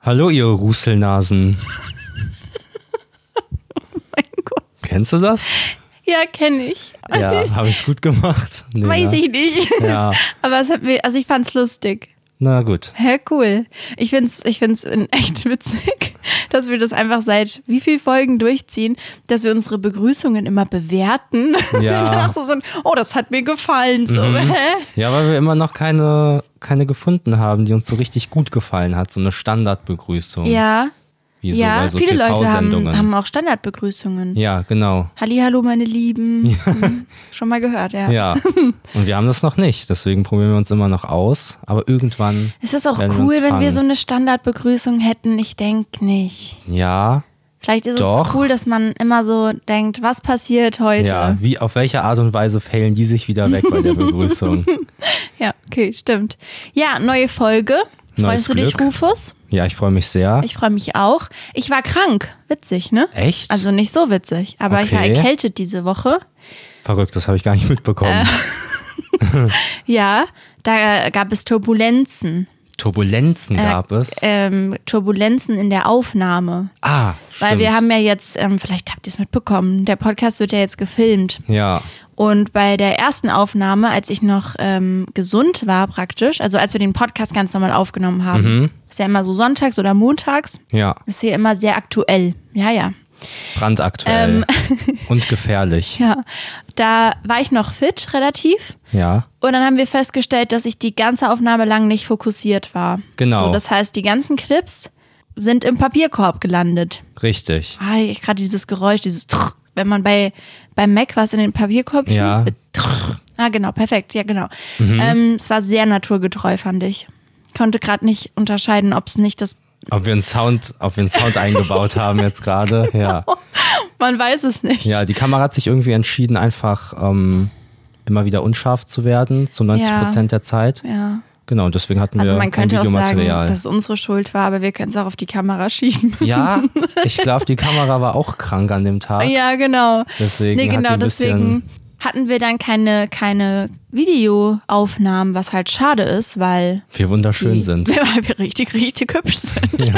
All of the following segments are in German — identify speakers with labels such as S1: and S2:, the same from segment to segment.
S1: Hallo, ihr Ruselnasen.
S2: Mein Gott.
S1: Kennst du das?
S2: Ja, kenne ich.
S1: Ja, habe ich es gut gemacht? Nee,
S2: Weiß
S1: ne?
S2: ich nicht.
S1: Ja.
S2: Aber es hat mir, also ich fand's lustig.
S1: Na gut.
S2: Hä, cool. Ich find's, ich find's in echt witzig, dass wir das einfach seit wie viel Folgen durchziehen, dass wir unsere Begrüßungen immer bewerten.
S1: Ja. Mhm.
S2: Danach so sind, oh, das hat mir gefallen. So, hä?
S1: Ja, weil wir immer noch keine, keine gefunden haben, die uns so richtig gut gefallen hat. So eine Standardbegrüßung.
S2: Ja,
S1: wie so
S2: ja.
S1: bei so
S2: viele Leute haben,
S1: TV-Sendungen.
S2: haben auch Standardbegrüßungen.
S1: Ja, genau.
S2: Hallihallo, meine Lieben. Hm, schon mal gehört, ja.
S1: Ja. Und wir haben das noch nicht. Deswegen probieren wir uns immer noch aus. Aber irgendwann.
S2: Es ist auch
S1: werden wir
S2: cool,
S1: uns
S2: wenn wir
S1: fangen.
S2: so eine Standardbegrüßung hätten. Ich denk nicht.
S1: Ja.
S2: Vielleicht ist
S1: Doch.
S2: es cool, dass man immer so denkt, was passiert heute?
S1: Ja. Wie, auf welche Art und Weise fällen die sich wieder weg bei der Begrüßung?
S2: Ja, okay, stimmt. Ja, neue Folge.
S1: Neues
S2: Freust du dich,
S1: Glück.
S2: Rufus?
S1: ja, ich freue mich sehr.
S2: Ich freue mich auch. Ich war krank. Witzig, ne?
S1: Echt?
S2: Also nicht so witzig, aber ich war
S1: Okay.
S2: erkältet diese Woche.
S1: Verrückt, das habe ich gar nicht mitbekommen.
S2: Äh. Ja, da gab es Turbulenzen. Äh,
S1: Turbulenzen gab es.
S2: Ähm, Turbulenzen in der Aufnahme.
S1: ah, stimmt.
S2: Weil wir haben ja jetzt, ähm, vielleicht habt ihr es mitbekommen, der Podcast wird ja jetzt gefilmt.
S1: Ja.
S2: Und bei der ersten Aufnahme, als ich noch ähm, gesund war praktisch, also als wir den Podcast ganz normal aufgenommen haben, ist ja immer so sonntags oder montags,
S1: Ja,
S2: ist hier immer sehr aktuell. Ja, ja. Ähm,
S1: brandaktuell und gefährlich.
S2: Ja, da war ich noch fit relativ.
S1: Ja,
S2: Und dann haben wir festgestellt, dass ich die ganze Aufnahme lang nicht fokussiert war.
S1: Genau.
S2: So, das heißt, die ganzen Clips sind im Papierkorb gelandet.
S1: richtig.
S2: Ah, ich- gerade dieses Geräusch, dieses Trrr, wenn man bei beim Mac was in den Papierkorb schiebt.
S1: Ja. Mhm.
S2: Trrr. Ah, genau, perfekt, ja genau. Ähm, es war sehr naturgetreu, fand ich. Konnte gerade nicht unterscheiden, ob es nicht das.
S1: Ob wir einen Sound, ob wir einen Sound eingebaut haben jetzt gerade. Ja.
S2: Man weiß es nicht.
S1: ja, die Kamera hat sich irgendwie entschieden, einfach ähm, immer wieder unscharf zu werden, zu 90
S2: Ja.
S1: Prozent der Zeit.
S2: Ja.
S1: Genau, und deswegen hatten wir
S2: Also man
S1: kein
S2: könnte auch sagen,
S1: Videomaterial.
S2: dass es unsere Schuld war, aber wir können es auch auf die Kamera schieben.
S1: ja, ich glaube, die Kamera war auch krank an dem Tag.
S2: ja, genau.
S1: Deswegen
S2: nee,
S1: hat die
S2: genau,
S1: ein bisschen-
S2: deswegen hatten wir dann keine, keine Videoaufnahmen, was halt schade ist, weil
S1: Wir wunderschön sind.
S2: Weil wir richtig, richtig hübsch sind.
S1: Ja.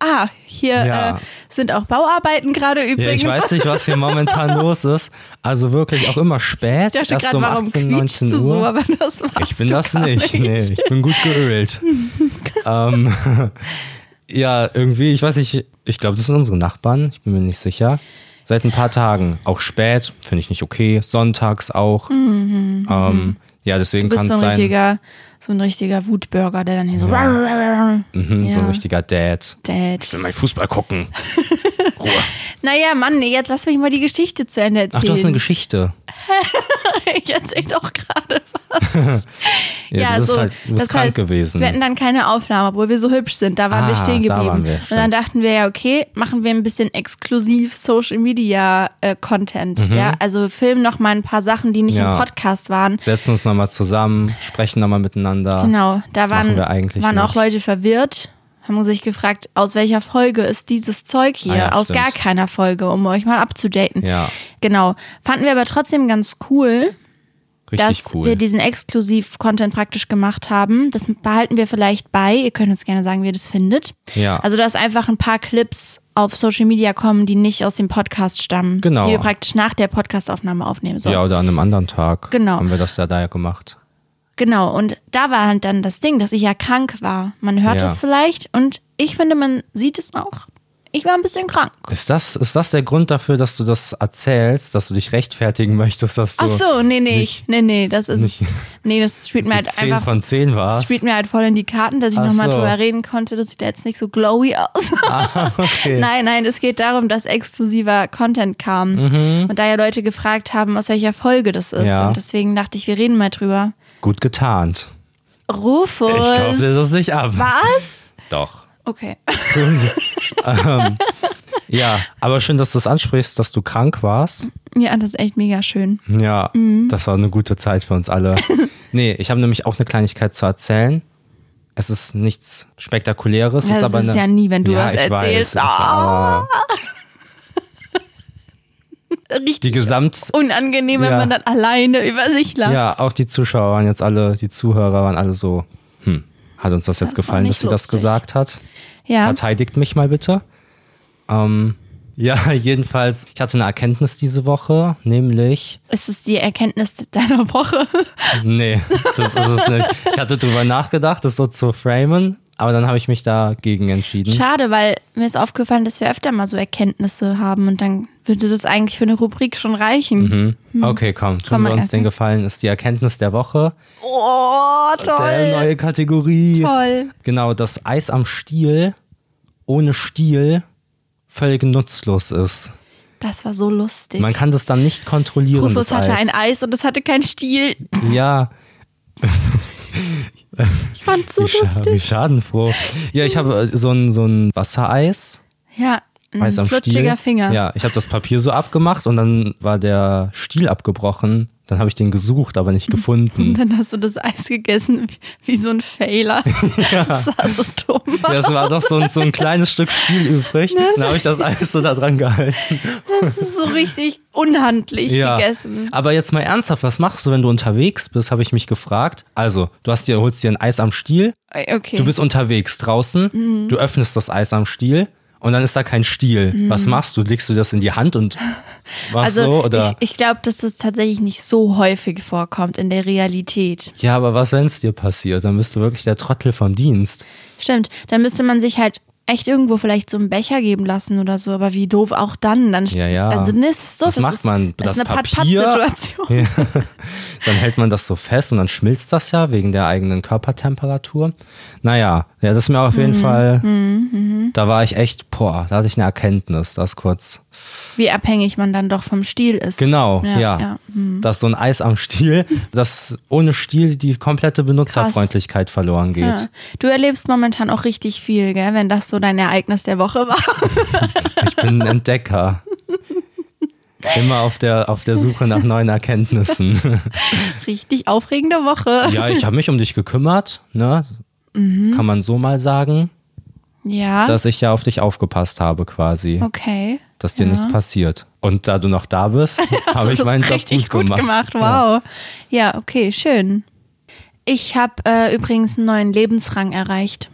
S2: ah, hier
S1: Ja.
S2: äh, sind auch Bauarbeiten gerade
S1: Ja,
S2: übrigens.
S1: ich weiß nicht, was hier momentan los ist. Also wirklich auch immer spät,
S2: ich dachte
S1: erst
S2: gerade,
S1: um
S2: warum
S1: 18,
S2: quietschst
S1: 19
S2: du
S1: Uhr.
S2: so, aber das warst
S1: Ich bin
S2: du
S1: das
S2: gar
S1: nicht. Nee, ich bin gut geölt. ähm, ja, irgendwie, ich weiß nicht, ich glaube, das sind unsere Nachbarn, ich bin mir nicht sicher. Seit ein paar Tagen. Auch spät, finde ich nicht okay. Sonntags auch. Ähm, ja, deswegen
S2: Mhm. Du
S1: kann
S2: bist so
S1: es
S2: ein,
S1: sein,
S2: richtiger, so ein richtiger Wutbürger, der dann hier so...
S1: mhm, so ein
S2: Ja.
S1: richtiger Dad. Ich
S2: Dad.
S1: will mein Fußball gucken. Ruhe.
S2: Naja, Mann, nee, jetzt lass mich mal die Geschichte zu Ende erzählen.
S1: Ach, du hast eine Geschichte.
S2: ich erzähl doch gerade was.
S1: Ja, du bist, halt, du bist
S2: das
S1: krank
S2: heißt,
S1: gewesen.
S2: Wir hatten dann keine Aufnahme, obwohl wir so hübsch sind. Da waren wir
S1: Ah,
S2: stehen
S1: da
S2: geblieben.
S1: waren wir,
S2: und dann
S1: stimmt.
S2: dachten wir ja, okay, machen wir ein bisschen exklusiv Social Media äh, Content. Ja, also filmen noch mal ein paar Sachen, die nicht
S1: Mhm. Ja.
S2: im Podcast waren.
S1: setzen uns nochmal zusammen, sprechen nochmal miteinander.
S2: Genau, da
S1: das
S2: waren,
S1: machen wir eigentlich
S2: waren
S1: nicht.
S2: auch Leute verwirrt, haben sich gefragt, aus welcher Folge ist dieses Zeug hier?
S1: Ah ja,
S2: aus
S1: stimmt.
S2: gar keiner Folge, um euch mal abzudaten.
S1: Ja.
S2: Genau. Fanden wir aber trotzdem ganz cool,
S1: Richtig
S2: dass
S1: cool.
S2: wir diesen Exklusiv-Content praktisch gemacht haben. Das behalten wir vielleicht bei. Ihr könnt uns gerne sagen, wie ihr das findet.
S1: Ja.
S2: Also, dass einfach ein paar Clips auf Social Media kommen, die nicht aus dem Podcast stammen.
S1: Genau.
S2: Die wir praktisch nach der Podcastaufnahme aufnehmen sollen.
S1: Ja, oder an einem anderen Tag
S2: Genau.
S1: haben wir das ja da ja gemacht.
S2: Genau. Und da war halt dann das Ding, dass ich ja krank war. Man hört
S1: Ja.
S2: es vielleicht und ich finde, man sieht es auch. Ich war ein bisschen krank.
S1: Ist das, ist das der Grund dafür, dass du das erzählst, dass du dich rechtfertigen möchtest, dass du
S2: Ach so, nee, nee, ich,
S1: nicht-
S2: nee, nee, das ist,
S1: nicht-
S2: nee, das spielt mir
S1: die
S2: halt
S1: 10
S2: einfach
S1: von 10
S2: Das
S1: warst?
S2: spielt mir halt voll in die Karten, dass ich
S1: Ach
S2: nochmal
S1: so. Ah,
S2: drüber reden konnte. Das sieht ja jetzt nicht so glowy aus.
S1: okay.
S2: nein, nein, es geht darum, dass exklusiver Content kam. Und da ja Leute gefragt haben, aus welcher Folge das ist.
S1: Mhm. Ja.
S2: Und deswegen dachte ich, wir reden mal drüber.
S1: Gut getarnt.
S2: Rufus.
S1: Ich kaufe dir das nicht ab.
S2: was?
S1: Doch.
S2: Okay.
S1: Gut. ähm, ja, aber schön, dass du es ansprichst, dass du krank warst.
S2: Ja, das ist echt mega schön.
S1: Ja,
S2: Mhm.
S1: das war eine gute Zeit für uns alle. nee, ich habe nämlich auch eine Kleinigkeit zu erzählen. Es ist nichts Spektakuläres.
S2: Ja,
S1: ist
S2: das
S1: aber
S2: ist
S1: eine,
S2: ja nie, wenn du
S1: ja,
S2: was
S1: ich
S2: erzählst. Ah.
S1: Weiß, ich, aber die
S2: Richtig
S1: Gesamt,
S2: unangenehm, wenn
S1: Ja.
S2: man dann alleine über sich lacht.
S1: ja, auch die Zuschauer waren jetzt alle, die Zuhörer waren alle so, hm, Hat uns das jetzt
S2: Das war
S1: gefallen,
S2: nicht
S1: dass sie das
S2: lustig.
S1: gesagt hat?
S2: Ja.
S1: Verteidigt mich mal bitte. Ähm, ja, jedenfalls, ich hatte eine Erkenntnis diese Woche, nämlich,
S2: Ist es die Erkenntnis deiner Woche?
S1: nee, das ist es nicht. Ich hatte drüber nachgedacht, das so zu framen, aber dann habe ich mich dagegen entschieden.
S2: Schade, weil mir ist aufgefallen, dass wir öfter mal so Erkenntnisse haben und dann würde das eigentlich für eine Rubrik schon reichen.
S1: Mhm. Hm. Okay, komm, tun
S2: Hm. Komm,
S1: wir
S2: mal
S1: uns den Gefallen, ist die Erkenntnis der Woche.
S2: Oh,
S1: Der
S2: toll.
S1: neue Kategorie.
S2: Toll.
S1: Genau, dass Eis am Stiel ohne Stiel völlig nutzlos ist.
S2: Das war so lustig.
S1: Man kann das dann nicht kontrollieren.
S2: Rufus
S1: das
S2: hatte
S1: Eis.
S2: ein Eis und es hatte keinen Stiel.
S1: Ja,
S2: Ich fand's so
S1: wie, scha wie
S2: lustig.
S1: schadenfroh. Ja, ich habe äh, so ein, so ein Wassereis.
S2: Ja, ein
S1: Eis am
S2: Mhm, flutschiger
S1: Stiel.
S2: Finger.
S1: Ja, ich habe das Papier so abgemacht und dann war der Stiel abgebrochen. Dann habe ich den gesucht, aber nicht
S2: Und
S1: gefunden.
S2: dann hast du das Eis gegessen wie, wie so ein Failer. Das sah so dumm aus.
S1: Ja, es war doch so ein, so ein kleines Stück Stiel übrig. Dann habe ich das Eis so da dran gehalten.
S2: Das ist so richtig unhandlich gegessen.
S1: Aber jetzt mal ernsthaft, was machst du, wenn du unterwegs bist, habe ich mich gefragt. Also, du hast dir, holst dir ein Eis am Stiel,
S2: Okay.
S1: du bist unterwegs draußen,
S2: Mhm.
S1: du öffnest das Eis am Stiel und dann ist da kein Stiel. Was machst du? Legst du das in die Hand und machst
S2: Mhm. also
S1: so? Oder?
S2: ich, ich glaube, dass das tatsächlich nicht so häufig vorkommt in der Realität.
S1: ja, aber was, wenn es dir passiert? Dann bist du wirklich der Trottel vom Dienst.
S2: Stimmt, dann müsste man sich halt echt irgendwo vielleicht so einen Becher geben lassen oder so, aber wie doof auch dann. dann
S1: Ja, ja.
S2: Also ne, es ist so,
S1: Was
S2: das
S1: macht
S2: ist,
S1: man?
S2: Das,
S1: Das
S2: ist eine
S1: Papier?
S2: Pat-Pat-Situation.
S1: Dann hält man das so fest und dann schmilzt das ja wegen der eigenen Körpertemperatur. Naja, ja, das ist mir auf jeden
S2: Mhm.
S1: Fall, da war ich echt, boah, da hatte ich eine Erkenntnis, das kurz.
S2: Wie abhängig man dann doch vom Stiel ist.
S1: Genau,
S2: Ja,
S1: ja.
S2: ja. mhm.
S1: Dass so ein Eis am Stiel, dass ohne Stiel die komplette Benutzerfreundlichkeit verloren geht.
S2: Ja. ne? Du erlebst momentan auch richtig viel, gell, wenn das so dein Ereignis der Woche war.
S1: Ich bin ein Entdecker. Immer auf der, auf der Suche nach neuen Erkenntnissen.
S2: Richtig aufregende Woche.
S1: Ja, ich habe mich um dich gekümmert, ne?
S2: Mhm.
S1: Kann man so mal sagen,
S2: Ja.
S1: dass ich ja auf dich aufgepasst habe quasi,
S2: Ah. okay.
S1: dass dir nichts passiert. Und da du noch da bist,
S2: Hast du
S1: habe ich
S2: das
S1: meinen Job
S2: richtig
S1: gut gemacht.
S2: Wow. Ja, okay, schön. Ich habe äh, übrigens einen neuen Lebensrang erreicht.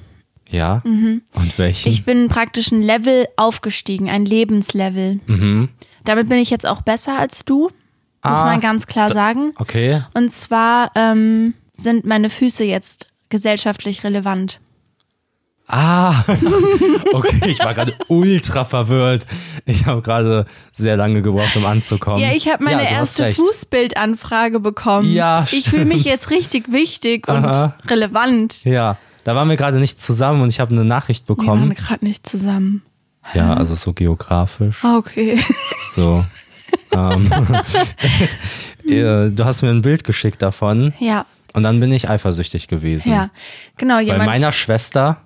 S1: Ja. Und welchen?
S2: Mhm. Ich bin praktisch ein Level aufgestiegen, ein Lebenslevel. Damit bin ich jetzt auch besser als du, muss
S1: Mhm. Ah,
S2: man ganz klar sagen.
S1: okay.
S2: Und zwar ähm, sind meine Füße jetzt gesellschaftlich relevant.
S1: Ah, okay, ich war gerade ultra verwirrt. Ich habe gerade sehr lange gebraucht, um anzukommen.
S2: Ja, ich habe meine
S1: du hast
S2: erste
S1: recht.
S2: Fußbildanfrage bekommen.
S1: Ja,
S2: ich fühle mich jetzt richtig wichtig und
S1: Aha.
S2: relevant.
S1: Ja, da waren wir gerade nicht zusammen und ich habe eine Nachricht
S2: Wir waren
S1: bekommen.
S2: gerade nicht zusammen.
S1: Ja, also so geografisch,
S2: Ah, Okay.
S1: so. ähm, äh, du hast mir ein Bild geschickt davon
S2: ja,
S1: und dann bin ich eifersüchtig gewesen.
S2: ja. Genau,
S1: Hm. Bei
S2: jemand.
S1: meiner Schwester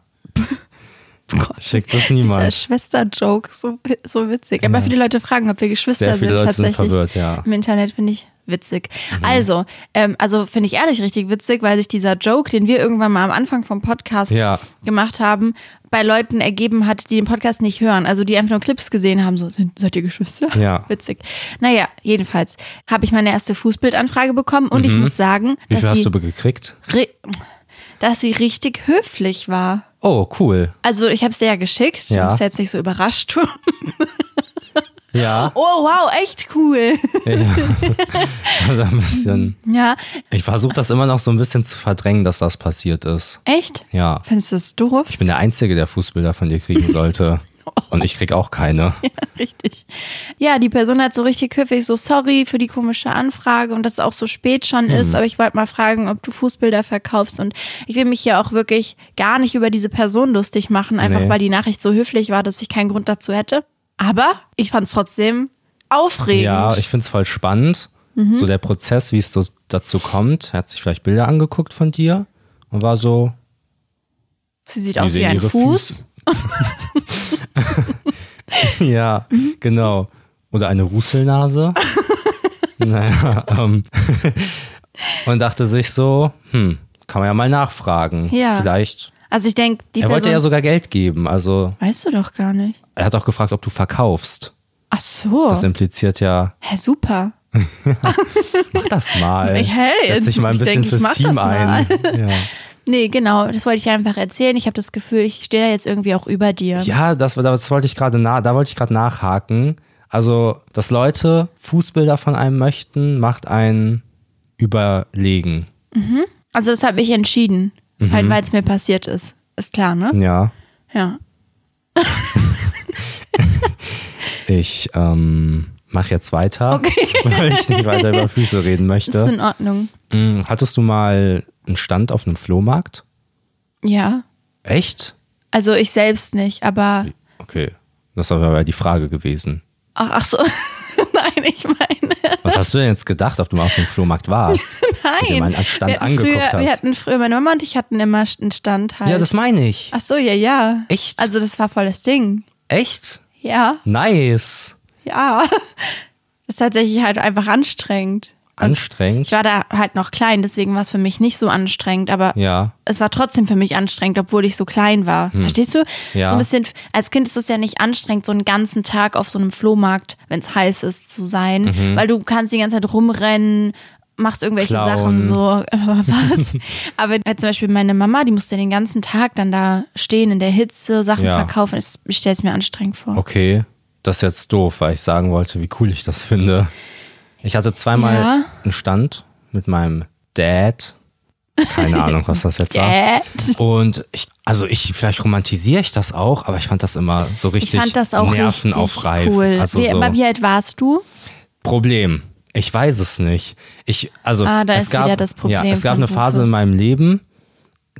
S1: schickt es
S2: dieser
S1: niemand.
S2: Schwester-Joke, so, wi- so witzig. Aber viele Leute fragen, ob wir Geschwister
S1: Sehr viele
S2: sind,
S1: Leute sind
S2: tatsächlich.
S1: verwirrt, ja. Mhm.
S2: Im Internet finde ich witzig. Also, ähm, also finde ich ehrlich richtig witzig, weil sich dieser Joke, den wir irgendwann mal am Anfang vom Podcast
S1: Ja.
S2: gemacht haben, bei Leuten ergeben hat, die den Podcast nicht hören. Also die einfach nur Clips gesehen haben, so, sind, seid ihr Geschwister?
S1: Ja.
S2: Witzig. Naja, jedenfalls habe ich meine erste Fußbildanfrage bekommen und ich muss sagen,
S1: Mhm. Wie viel
S2: dass
S1: hast
S2: sie,
S1: du gekriegt?
S2: ri- dass sie richtig höflich war.
S1: Oh, cool.
S2: Also ich habe es dir ja geschickt.
S1: Ja.
S2: Du bist jetzt nicht so überrascht. tun.
S1: Ja,
S2: Oh wow, echt cool.
S1: also ein bisschen.
S2: Ja,
S1: Ich versuche das immer noch so ein bisschen zu verdrängen, dass das passiert ist.
S2: echt?
S1: Ja.
S2: Findest du das doof?
S1: Ich bin der Einzige, der Fußbilder von dir kriegen sollte. Und ich krieg auch keine.
S2: Richtig. Ja, die Person hat so richtig höflich so sorry für die komische Anfrage und dass es auch so spät
S1: Mhm.
S2: schon ist, aber ich wollte mal fragen, ob du Fußbilder verkaufst und ich will mich hier auch wirklich gar nicht über diese Person lustig machen, einfach
S1: Nee.
S2: weil die Nachricht so höflich war, dass ich keinen Grund dazu hätte. Aber ich fand es trotzdem aufregend.
S1: Ja, ich find's voll spannend.
S2: Mhm.
S1: So der Prozess, wie es so dazu kommt. Er hat sich vielleicht Bilder angeguckt von dir und war so,
S2: Sie sieht
S1: die
S2: aus wie
S1: sehen
S2: ein
S1: ihre
S2: Fuß.
S1: Füße. ja, genau. Oder eine Russelnase. naja, ähm, und dachte sich so, hm, kann man ja mal nachfragen.
S2: Ja.
S1: Vielleicht.
S2: Also ich denke, die
S1: Er wollte
S2: Person.
S1: ja sogar Geld geben, also
S2: weißt du doch gar nicht.
S1: Er hat auch gefragt, ob du verkaufst.
S2: Ach so.
S1: Das impliziert ja,
S2: Hä, super.
S1: mach das mal.
S2: Hey,
S1: Setz dich mal ein
S2: ich
S1: bisschen
S2: denk, ich
S1: fürs
S2: mach
S1: Team
S2: das
S1: ein. Ja.
S2: Nee, genau. Das wollte ich einfach erzählen. Ich habe das Gefühl, ich stehe da jetzt irgendwie auch über dir.
S1: Ja, das, das wollte ich gerade nach, da wollte ich gerade nachhaken. Also, dass Leute Fußbilder von einem möchten, macht einen überlegen.
S2: Also das habe ich entschieden,
S1: Mhm.
S2: halt weil es mir passiert ist. Ist klar, ne?
S1: Ja,
S2: Ja.
S1: ich ähm, mache jetzt weiter, weil ich nicht weiter über Füße reden
S2: Ist
S1: möchte.
S2: in Ordnung.
S1: Hm, hattest du mal einen Stand auf einem Flohmarkt?
S2: Ja.
S1: Echt?
S2: Also ich selbst nicht, aber
S1: Okay, das war aber die Frage gewesen.
S2: ach, ach so. Nein, ich meine.
S1: Was hast du denn jetzt gedacht, ob du mal auf dem Flohmarkt warst?
S2: Nein.
S1: Du dir mal einen Stand
S2: wir hatten
S1: angeguckt
S2: früher,
S1: hast.
S2: Wir hatten früher, meine Mama und ich hatten immer einen Stand halt.
S1: Ja, das meine ich.
S2: Ach so, ja, ja.
S1: Echt?
S2: Also das war voll das Ding.
S1: Echt?
S2: Ja,
S1: Nice.
S2: ja. Ist tatsächlich halt einfach anstrengend. Ich
S1: Anstrengend.
S2: war da halt noch klein, deswegen war es für mich nicht so anstrengend, aber
S1: Ja.
S2: es war trotzdem für mich anstrengend, obwohl ich so klein war. Verstehst du?
S1: Hm. Ja.
S2: So ein bisschen, als Kind ist es ja nicht anstrengend, so einen ganzen Tag auf so einem Flohmarkt, wenn es heiß ist, zu sein,
S1: Mhm.
S2: weil du kannst die ganze Zeit rumrennen, machst irgendwelche
S1: Klauen.
S2: Sachen so, äh, was? Aber halt zum Beispiel meine Mama, die musste den ganzen Tag dann da stehen in der Hitze, Sachen
S1: Ja. Oh,
S2: verkaufen. Es- Ich stelle es mir anstrengend vor.
S1: Okay, das ist jetzt doof, weil ich sagen wollte, wie cool ich das finde. Ich hatte zweimal
S2: Ja.
S1: einen Stand mit meinem Dad. Keine Ahnung, was das jetzt war.
S2: Dad.
S1: Und ich, also ich, vielleicht romantisiere ich das auch, aber ich fand das immer so
S2: Ich
S1: richtig
S2: fand das auch richtig
S1: nervenaufreibend.
S2: cool.
S1: Also
S2: wie,
S1: so.
S2: aber wie alt warst du?
S1: Problem. Ich weiß es nicht. Ich, also,
S2: Ah, da
S1: es
S2: ist
S1: gab,
S2: wieder das
S1: Ja,
S2: Problem
S1: es gab
S2: von
S1: eine Phase
S2: Rufus.
S1: in meinem Leben,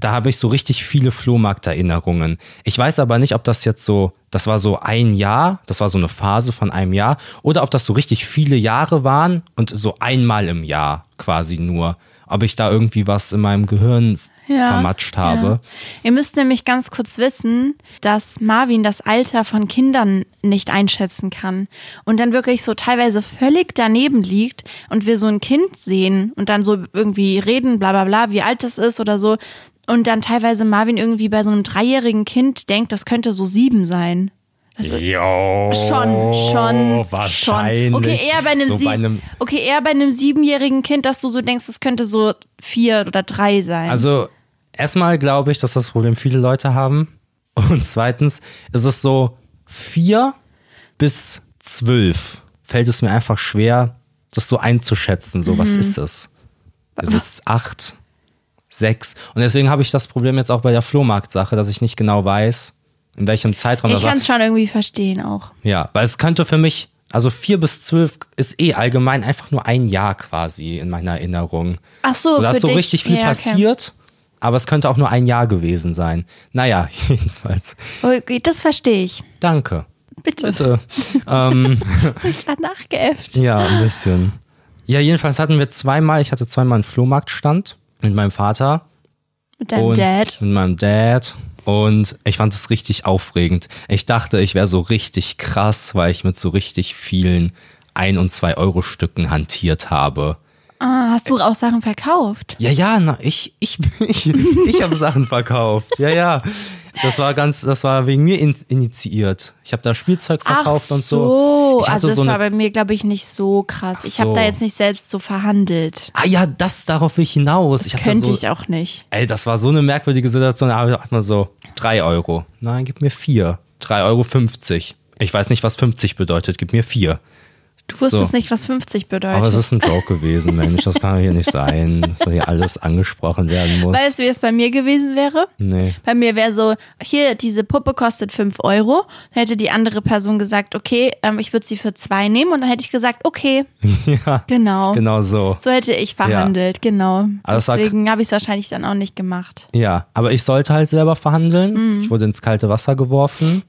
S1: da habe ich so richtig viele Flohmarkterinnerungen. Ich weiß aber nicht, ob das jetzt so, das war so ein Jahr, das war so eine Phase von einem Jahr, oder ob das so richtig viele Jahre waren und so einmal im Jahr quasi nur. Ob ich da irgendwie was in meinem Gehirn
S2: Ja,
S1: vermatscht habe.
S2: Ihr müsst nämlich ganz kurz wissen, dass Marvin das Alter von Kindern nicht einschätzen kann und dann wirklich so teilweise völlig daneben liegt und wir so ein Kind sehen und dann so irgendwie reden, bla bla bla, wie alt das ist oder so. Und dann teilweise Marvin irgendwie bei so einem dreijährigen Kind denkt, das könnte so sieben sein. Das ist
S1: Jo,
S2: schon, schon,
S1: Oh, wahrscheinlich.
S2: schon. Okay, eher bei einem,
S1: so
S2: sieb
S1: bei einem
S2: okay, eher bei einem siebenjährigen Kind, dass du so denkst, das könnte so vier oder drei sein.
S1: Also, erstmal glaube ich, dass das Problem viele Leute haben. Und zweitens ist es so, vier bis zwölf fällt es mir einfach schwer, das so einzuschätzen. So,
S2: Mhm.
S1: was ist es? Es ist acht, sechs. Und deswegen habe ich das Problem jetzt auch bei der Flohmarkt-Sache, dass ich nicht genau weiß, in welchem Zeitraum
S2: ich
S1: das war.
S2: kann es schon irgendwie verstehen auch.
S1: Ja, weil es könnte für mich, also vier bis zwölf ist eh allgemein einfach nur ein Jahr quasi in meiner Erinnerung.
S2: Ach so,
S1: da
S2: für
S1: ist so
S2: dich.
S1: richtig viel
S2: Ja, okay.
S1: passiert, aber es könnte auch nur ein Jahr gewesen sein. Naja, jedenfalls.
S2: Okay, Oh, das verstehe ich.
S1: Danke.
S2: Bitte.
S1: Bitte.
S2: Hast du mich gerade nachgeäfft?
S1: Ja, ein bisschen. Ja, jedenfalls hatten wir zweimal, ich hatte zweimal einen Flohmarktstand mit meinem Vater.
S2: Mit deinem
S1: und
S2: Dad.
S1: Mit meinem Dad. Und ich fand es richtig aufregend. Ich dachte, ich wäre so richtig krass, weil ich mit so richtig vielen 1- und 2-Euro-Stücken hantiert habe.
S2: Ah, hast du auch Sachen verkauft?
S1: Ja, ja, na, ich, ich, ich, ich habe Sachen verkauft. Ja, ja. Das war ganz, das war wegen mir in, initiiert. Ich habe da Spielzeug verkauft
S2: Ach
S1: und so.
S2: so.
S1: Ich hatte
S2: Also, das
S1: so
S2: war
S1: eine,
S2: bei mir, glaube ich, nicht so krass. Ich habe
S1: so.
S2: da jetzt nicht selbst so verhandelt.
S1: ah ja, das darauf will ich hinaus. Ich hab
S2: Könnte
S1: da so,
S2: ich auch nicht.
S1: Ey, das war so eine merkwürdige Situation. Da dachte man so, 3 Euro. Nein, gib mir 4. 3,50 Euro. 50. Ich weiß nicht, was 50 bedeutet. Gib mir 4.
S2: Du wusstest
S1: So.
S2: nicht, was 50 bedeutet.
S1: Aber es ist ein Joke gewesen, Mensch. Das kann doch hier nicht sein, dass hier alles angesprochen werden muss.
S2: weißt du, wie es bei mir gewesen wäre?
S1: Nee.
S2: Bei mir wäre so, hier, diese Puppe kostet 5 Euro. Dann hätte die andere Person gesagt, okay, ähm, ich würde sie für 2 nehmen. Und dann hätte ich gesagt, okay,
S1: ja,
S2: genau.
S1: genau so.
S2: So hätte ich verhandelt, genau.
S1: Also es war-
S2: Deswegen habe ich es wahrscheinlich dann auch nicht gemacht.
S1: Ja, aber ich sollte halt selber
S2: Mhm.
S1: verhandeln. Ich wurde ins kalte Wasser geworfen.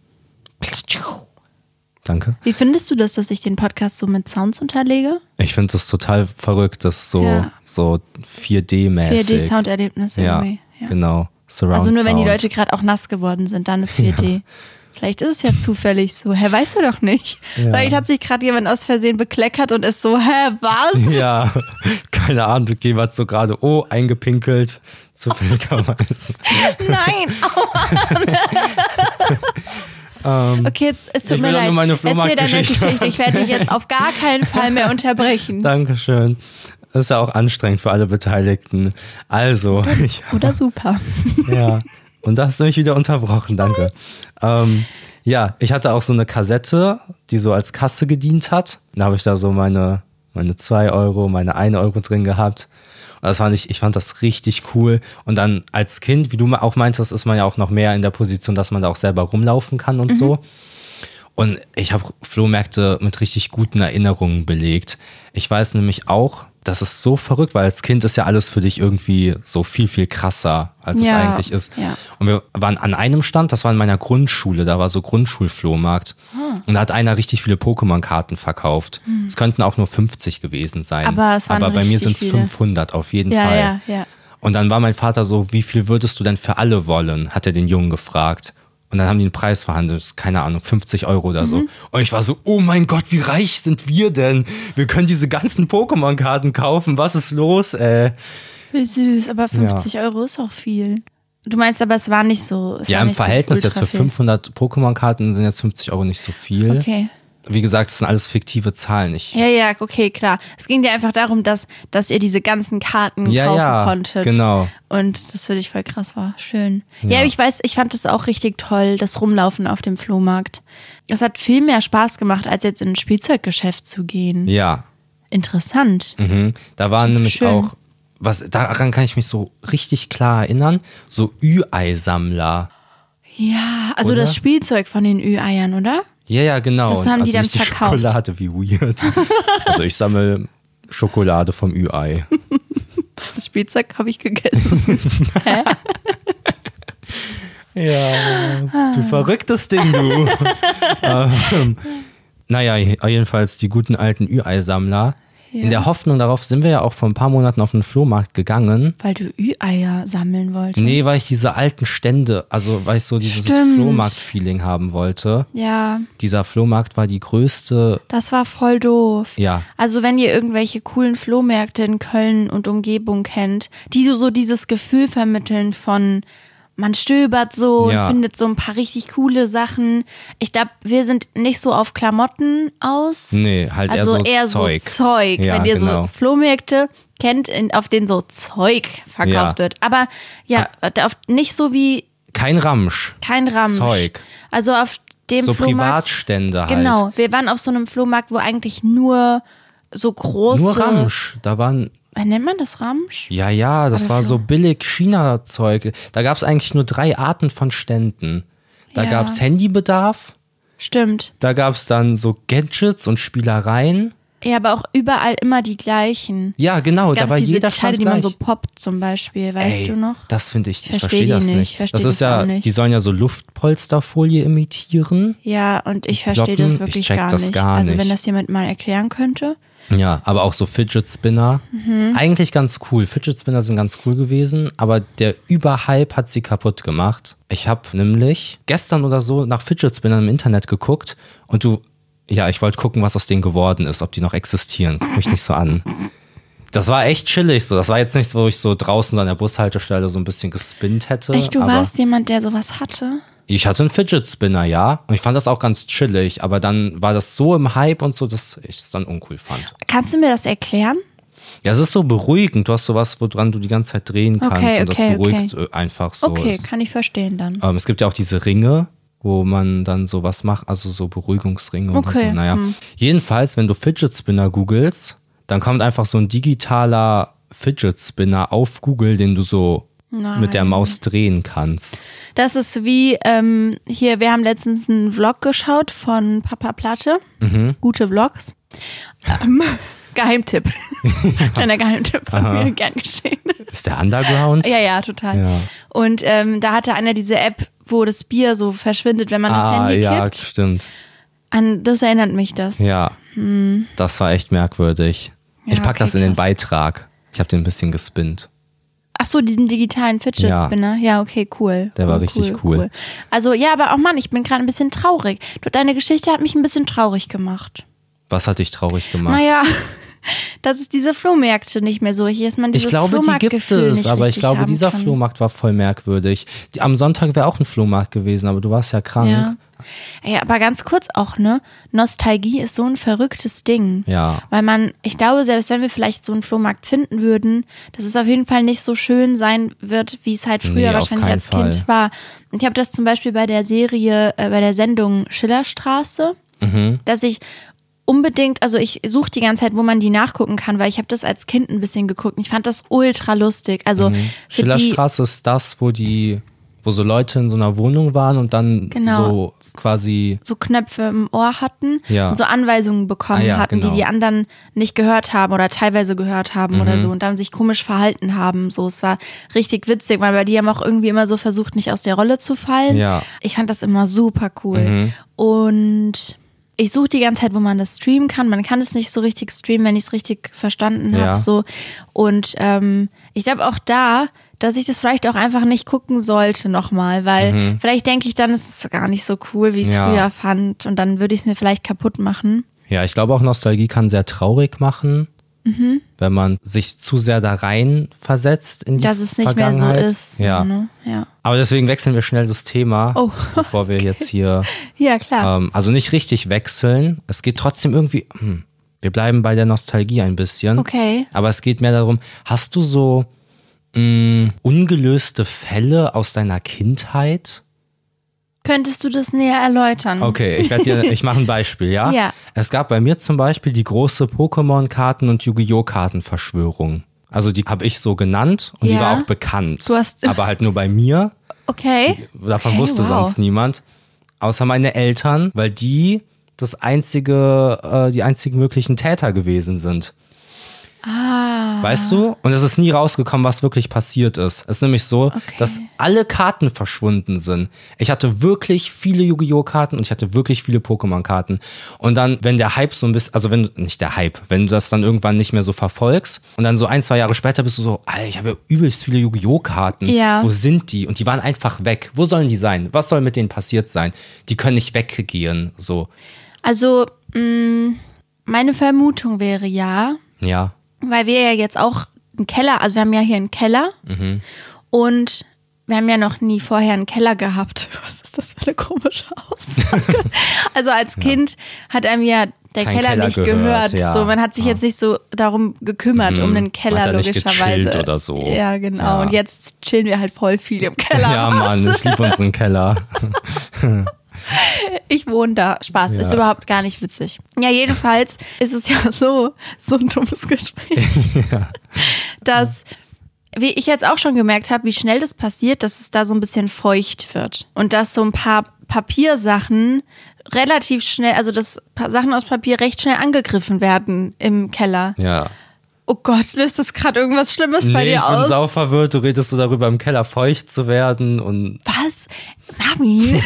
S1: Danke.
S2: Wie findest du das, dass ich den Podcast so mit Sounds unterlege?
S1: Ich finde das total verrückt, das so,
S2: Ja.
S1: so 4D-mäßig.
S2: 4D-Sounderlebnis
S1: ja,
S2: irgendwie. Ja.
S1: genau. Surround
S2: Also nur wenn die
S1: Sound.
S2: Leute gerade auch nass geworden sind, dann ist 4D. Vielleicht ist es ja zufällig so. Hä, weißt du doch nicht. Vielleicht hat sich gerade jemand aus Versehen bekleckert und ist so, hä, was?
S1: Ja, keine Ahnung, jemand so gerade, oh, eingepinkelt, zufälligerweise.
S2: Nein, aua. okay, jetzt, es tut
S1: Ähm, ich
S2: mir
S1: will doch
S2: leid.
S1: nur meine
S2: Erzähl deine
S1: Flohmarktgeschichte
S2: Geschichte. Ich werde dich jetzt auf gar keinen Fall mehr unterbrechen.
S1: Dankeschön. ist ja auch anstrengend für alle Beteiligten. Also, ich,
S2: Oder super.
S1: ja. Und da hast du mich wieder unterbrochen, danke. Ähm, ja, ich hatte auch so eine Kassette, die so als Kasse gedient hat. Da habe ich da so meine, meine 2 Euro, meine 1 Euro drin gehabt. Und das fand ich, ich fand das richtig cool. Und dann als Kind, wie du ma- auch meintest, ist man ja auch noch mehr in der Position, dass man da auch selber rumlaufen kann und so. Und ich habe Flohmärkte mit richtig guten Erinnerungen belegt. Ich weiß nämlich auch, das ist so verrückt, weil als Kind ist ja alles für dich irgendwie so viel, viel krasser, als es
S2: Ja,
S1: eigentlich ist.
S2: ja.
S1: Und wir waren an einem Stand, das war in meiner Grundschule, da war so Grundschulflohmarkt.
S2: Hm.
S1: Und da hat einer richtig viele Pokémon-Karten verkauft. Es könnten auch nur 50 gewesen sein.
S2: Aber es waren
S1: Aber bei mir
S2: richtig
S1: sind es
S2: viele.
S1: 500 auf jeden
S2: Ja,
S1: Fall.
S2: ja, ja.
S1: Und dann war mein Vater so, wie viel würdest du denn für alle wollen? Hat er den Jungen gefragt. Und dann haben die einen Preis verhandelt, keine Ahnung, 50 Euro oder
S2: Mhm.
S1: so. Und ich war so, oh mein Gott, wie reich sind wir denn? Wir können diese ganzen Pokémon-Karten kaufen, was ist los, ey?
S2: Wie süß, aber 50 Euro ist auch viel. Du meinst aber, es war nicht so. Es
S1: Ja,
S2: war
S1: im
S2: nicht so
S1: Verhältnis jetzt für
S2: ultra viel.
S1: 500 Pokémon-Karten sind jetzt 50 Euro nicht so viel.
S2: Okay.
S1: Wie gesagt, es sind alles fiktive Zahlen. Ich,
S2: Ja, ja, okay, klar. Es ging dir einfach darum, dass, dass ihr diese ganzen Karten
S1: Ja,
S2: kaufen
S1: ja,
S2: konntet.
S1: genau.
S2: Und das für dich voll krass war. Schön. Ja. ich weiß, ich fand das auch richtig toll, das Rumlaufen auf dem Flohmarkt. Es hat viel mehr Spaß gemacht, als jetzt in ein Spielzeuggeschäft zu gehen.
S1: ja.
S2: Interessant.
S1: Mhm. Da waren nämlich
S2: schön.
S1: auch, was, daran kann ich mich so richtig klar erinnern, so Ü-Ei-Sammler.
S2: Ja, also
S1: Oder?
S2: das Spielzeug von den Ü-Eiern, oder?
S1: Ja, ja, genau.
S2: Das haben die dann
S1: richtig
S2: verkauft.
S1: Schokolade, wie weird. also ich sammle Schokolade vom Ü-Ei.
S2: Das Spielzeug habe ich gegessen.
S1: Ja, du verrücktes Ding, du. ähm, naja, jedenfalls die guten alten Ü-Ei-Sammler. In der Hoffnung darauf sind wir ja auch vor ein paar Monaten auf den Flohmarkt gegangen.
S2: Weil du Ü-Eier sammeln wolltest.
S1: Nee, weil ich diese alten Stände, also weil ich so dieses
S2: Stimmt.
S1: Flohmarkt-Feeling haben wollte.
S2: Ja,
S1: Dieser Flohmarkt war die größte,
S2: das war voll doof.
S1: ja,
S2: Also wenn ihr irgendwelche coolen Flohmärkte in Köln und Umgebung kennt, die so, so dieses Gefühl vermitteln von man stöbert so
S1: Ja.
S2: und findet so ein paar richtig coole Sachen. Ich glaube, wir sind nicht so auf Klamotten aus.
S1: nee, halt
S2: also
S1: eher so Zeug.
S2: Zeug.
S1: Ja,
S2: wenn ihr
S1: genau.
S2: so Flohmärkte kennt, in, auf denen so Zeug verkauft
S1: Ja. Ah.
S2: wird. Aber ja, auf, nicht so wie
S1: Kein Ramsch.
S2: kein Ramsch.
S1: Zeug.
S2: Also auf dem
S1: so
S2: Flohmarkt.
S1: Privatstände halt.
S2: Genau, wir waren auf so einem Flohmarkt, wo eigentlich nur so große.
S1: Nur Ramsch. Da waren,
S2: Äh, nennt man das Ramsch?
S1: ja, ja, das
S2: Aber
S1: war
S2: Flo-
S1: so billig China-Zeug. Da gab es eigentlich nur drei Arten von Ständen. Da
S2: Ja.
S1: gab es Handybedarf,
S2: Stimmt.
S1: da gab es dann so Gadgets und Spielereien.
S2: Ja, aber auch überall immer die gleichen.
S1: Ja, genau,
S2: Gab
S1: da war
S2: es diese
S1: jeder
S2: Teile,
S1: Stand
S2: die man
S1: gleich.
S2: so poppt zum Beispiel, weißt
S1: Ey,
S2: du noch?
S1: Das finde ich, ich
S2: Versteh
S1: verstehe
S2: die
S1: das
S2: nicht,
S1: nicht.
S2: versteh
S1: Das
S2: das
S1: ist ja,
S2: auch nicht.
S1: die sollen ja so Luftpolsterfolie imitieren.
S2: Ja, und ich verstehe
S1: Glocken,
S2: das
S1: ich
S2: wirklich
S1: check
S2: gar,
S1: das
S2: nicht.
S1: gar
S2: Also
S1: nicht.
S2: wenn das jemand mal erklären könnte.
S1: Ja, aber auch so Fidget Spinner.
S2: Mhm.
S1: Eigentlich ganz cool. Fidget Spinner sind ganz cool gewesen, aber der Überhype hat sie kaputt gemacht. Ich habe nämlich gestern oder so nach Fidget Spinnern im Internet geguckt und du, ja, ich wollte gucken, was aus denen geworden ist, ob die noch existieren. Guck mich nicht so an. Das war echt chillig so. Das war jetzt nichts, wo ich so draußen an der Bushaltestelle so ein bisschen gespinnt hätte.
S2: Echt, du
S1: aber
S2: warst jemand, der sowas hatte?
S1: ich hatte einen Fidget Spinner, ja. Und ich fand das auch ganz chillig, aber dann war das so im Hype und so, dass ich es dann uncool fand.
S2: Kannst du mir das erklären?
S1: Ja, es ist so beruhigend. Du hast sowas, woran du die ganze Zeit drehen kannst
S2: Okay,
S1: und
S2: okay,
S1: das beruhigt äh, einfach so.
S2: Okay,
S1: Es-
S2: kann ich verstehen dann.
S1: Ähm, es gibt ja auch diese Ringe, wo man dann sowas macht, also so Beruhigungsringe
S2: Okay, hm.
S1: oder so. Naja. Jedenfalls, wenn du Fidget Spinner googelst, dann kommt einfach so ein digitaler Fidget Spinner auf Google, den du so mit der Maus drehen kannst.
S2: Das ist wie ähm, hier, wir haben letztens einen Vlog geschaut von Papa Platte.
S1: Mhm.
S2: Gute Vlogs. Ähm, Geheimtipp. Kleiner Geheimtipp von mir, gern geschehen.
S1: Ist der Underground?
S2: Ja, ja, total.
S1: Ja.
S2: Und ähm, da hatte einer diese App, wo das Bier so verschwindet, wenn man das
S1: ah,
S2: Handy
S1: ja,
S2: kippt.
S1: stimmt.
S2: An, das erinnert mich das.
S1: Ja. Das war echt merkwürdig. ich
S2: Hm. Ja,
S1: pack
S2: okay,
S1: das in den
S2: krass.
S1: Beitrag. Ich habe den ein bisschen gespinnt.
S2: Ach so, diesen digitalen Fidget
S1: Ja.
S2: Spinner. Ja, okay, cool.
S1: Der
S2: cool,
S1: war richtig cool.
S2: Also ja, aber auch Mann, ich bin gerade ein bisschen traurig. Du, deine Geschichte hat mich ein bisschen traurig gemacht.
S1: Was hat dich traurig gemacht?
S2: Naja, dass es diese Flohmärkte nicht mehr so hier ist. Man dieses
S1: ich glaube, die gibt
S2: Flohmarktgefühl
S1: es,
S2: nicht
S1: aber ich
S2: richtig
S1: glaube,
S2: haben
S1: dieser
S2: kann.
S1: Flohmarkt war voll merkwürdig. Die, am Sonntag wäre auch ein Flohmarkt gewesen, aber du warst ja
S2: Ja.
S1: krank.
S2: ja, aber ganz kurz auch, ne? Nostalgie ist so ein verrücktes Ding.
S1: Ja.
S2: Weil man, ich glaube, selbst wenn wir vielleicht so einen Flohmarkt finden würden, dass es auf jeden Fall nicht so schön sein wird, wie es halt
S1: Nee,
S2: früher
S1: auf
S2: wahrscheinlich
S1: keinen
S2: als
S1: Fall.
S2: Kind war. Und ich habe das zum Beispiel bei der Serie, äh, bei der Sendung Schillerstraße,
S1: Mhm.
S2: dass ich unbedingt, also ich suche die ganze Zeit, wo man die nachgucken kann, weil ich habe das als Kind ein bisschen geguckt. und Ich fand das ultra lustig. Also für die
S1: Mhm. Schillerstraße ist das, wo die, wo so Leute in so einer Wohnung waren und dann
S2: Genau.
S1: so quasi
S2: so Knöpfe im Ohr hatten
S1: Ja.
S2: und so Anweisungen bekommen
S1: Ah ja,
S2: hatten,
S1: genau.
S2: die die anderen nicht gehört haben oder teilweise gehört haben
S1: Mhm.
S2: oder so und dann sich komisch verhalten haben. So, es war richtig witzig, weil die haben auch irgendwie immer so versucht, nicht aus der Rolle zu fallen.
S1: Ja. Mhm.
S2: Ich fand das immer super cool. Und ich suche die ganze Zeit, wo man das streamen kann. Man kann es nicht so richtig streamen, wenn ich es richtig verstanden habe.
S1: Ja.
S2: So. Und ähm, ich glaube auch da, dass ich das vielleicht auch einfach nicht gucken sollte nochmal, weil
S1: Mhm.
S2: vielleicht denke ich dann, es ist gar nicht so cool, wie ich es
S1: Ja.
S2: früher fand. Und dann würde ich es mir vielleicht kaputt machen.
S1: Ja, ich glaube auch Nostalgie kann sehr traurig machen,
S2: Mhm.
S1: wenn man sich zu sehr da rein versetzt in die
S2: Dass es nicht mehr so
S1: Vergangenheit.
S2: ist.
S1: Ja.
S2: Ne? ja.
S1: Aber deswegen wechseln wir schnell das Thema,
S2: Oh,
S1: bevor wir jetzt hier,
S2: Ja, klar.
S1: ähm, also nicht richtig wechseln. Es geht trotzdem irgendwie, hm, wir bleiben bei der Nostalgie ein bisschen.
S2: Okay.
S1: Aber es geht mehr darum, hast du so mh, ungelöste Fälle aus deiner Kindheit?
S2: Könntest du das näher erläutern?
S1: Okay, ich werde dir, ich mache ein Beispiel, ja?
S2: Ja.
S1: Es gab bei mir zum Beispiel die große Pokémon-Karten- und Yu-Gi-Oh!-Karten-Verschwörung. Also die habe ich so genannt und die
S2: Ja.
S1: war auch bekannt.
S2: Du hast-
S1: aber halt nur bei mir.
S2: Okay.
S1: Davon
S2: Okay,
S1: wusste
S2: wow.
S1: sonst niemand. Außer meine Eltern, weil die das einzige, äh, die einzigen möglichen Täter gewesen sind.
S2: Ah.
S1: Weißt du? Und es ist nie rausgekommen, was wirklich passiert ist. Es ist nämlich so, dass alle Karten verschwunden sind. Ich hatte wirklich viele Yu-Gi-Oh! Karten und ich hatte wirklich viele Pokémon-Karten. Und dann, wenn der Hype so ein bisschen, also wenn, du- nicht der Hype, wenn du das dann irgendwann nicht mehr so verfolgst und dann so ein, zwei Jahre später bist du so, Alter, ich habe ja übelst viele Yu-Gi-Oh! Karten.
S2: Ja.
S1: Wo sind die? Und die waren einfach weg. Wo sollen die sein? Was soll mit denen passiert sein? Die können nicht weggehen. So,
S2: Also, mh, meine Vermutung wäre ja,
S1: ja.
S2: weil wir ja jetzt auch einen Keller, also wir haben ja hier einen Keller
S1: Mhm.
S2: und wir haben ja noch nie vorher einen Keller gehabt. Was ist das für eine komische Aussage? also als Kind hat einem ja der
S1: Kein
S2: Keller,
S1: Keller
S2: nicht
S1: gehört,
S2: gehört.
S1: ja. Mhm.
S2: So, man hat sich jetzt nicht so darum gekümmert, um den Keller
S1: Hat er nicht
S2: logischerweise.
S1: gechillt oder so.
S2: Ja, genau.
S1: Ja.
S2: Und jetzt chillen wir halt voll viel im Keller.
S1: Ja, Mann, ich liebe unseren Keller.
S2: Ich wohne da. Spaß. Ist
S1: Ja.
S2: überhaupt gar nicht witzig. Ja, jedenfalls ist es ja so, so ein dummes Gespräch, dass, wie ich jetzt auch schon gemerkt habe, wie schnell das passiert, dass es da so ein bisschen feucht wird. Und dass so ein paar Papiersachen relativ schnell, also dass pa- Sachen aus Papier recht schnell angegriffen werden im Keller.
S1: Ja.
S2: Oh Gott, löst das gerade irgendwas Schlimmes bei
S1: nee,
S2: dir
S1: ich bin
S2: aus?
S1: sau verwirrt. Du redest so darüber, im Keller feucht zu werden und,
S2: Was? Marvin,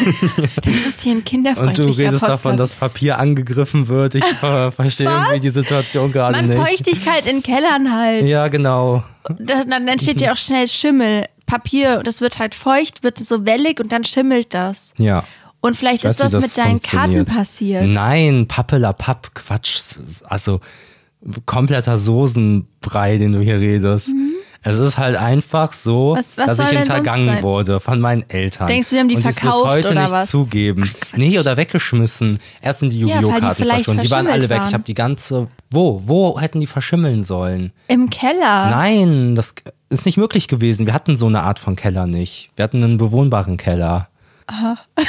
S2: das ist hier ein
S1: und
S2: kinderfreundlicher
S1: du redest
S2: Podcast.
S1: davon, dass Papier angegriffen wird. Ich ver verstehe irgendwie die Situation gerade
S2: Man,
S1: nicht.
S2: Feuchtigkeit in Kellern halt.
S1: Ja, genau.
S2: Da- dann entsteht ja auch schnell Schimmel. Papier, das wird halt feucht, wird so wellig und dann schimmelt das.
S1: Ja.
S2: Und vielleicht ist das, mit deinen Karten passiert.
S1: Nein, Pappela Papp, Quatsch. Also kompletter Soßenbrei, den du hier redest. Es ist halt einfach so,
S2: Mhm. Was- was soll
S1: dass ich
S2: denn sonst sein?
S1: hintergangen wurde von meinen Eltern.
S2: Denkst du, die haben die
S1: Und es bis
S2: verkauft
S1: heute
S2: oder
S1: nicht
S2: was?
S1: zugeben. nee, oder weggeschmissen. Erst sind die
S2: weil die
S1: Yu-Gi-Oh! Karten
S2: vielleicht
S1: verschwunden. Die waren alle
S2: verschimmelt
S1: weg.
S2: waren.
S1: Ich habe die ganze. Wo? Wo hätten die verschimmeln sollen?
S2: Im Keller.
S1: Nein, das ist nicht möglich gewesen. Wir hatten so eine Art von Keller nicht. Wir hatten einen bewohnbaren Keller.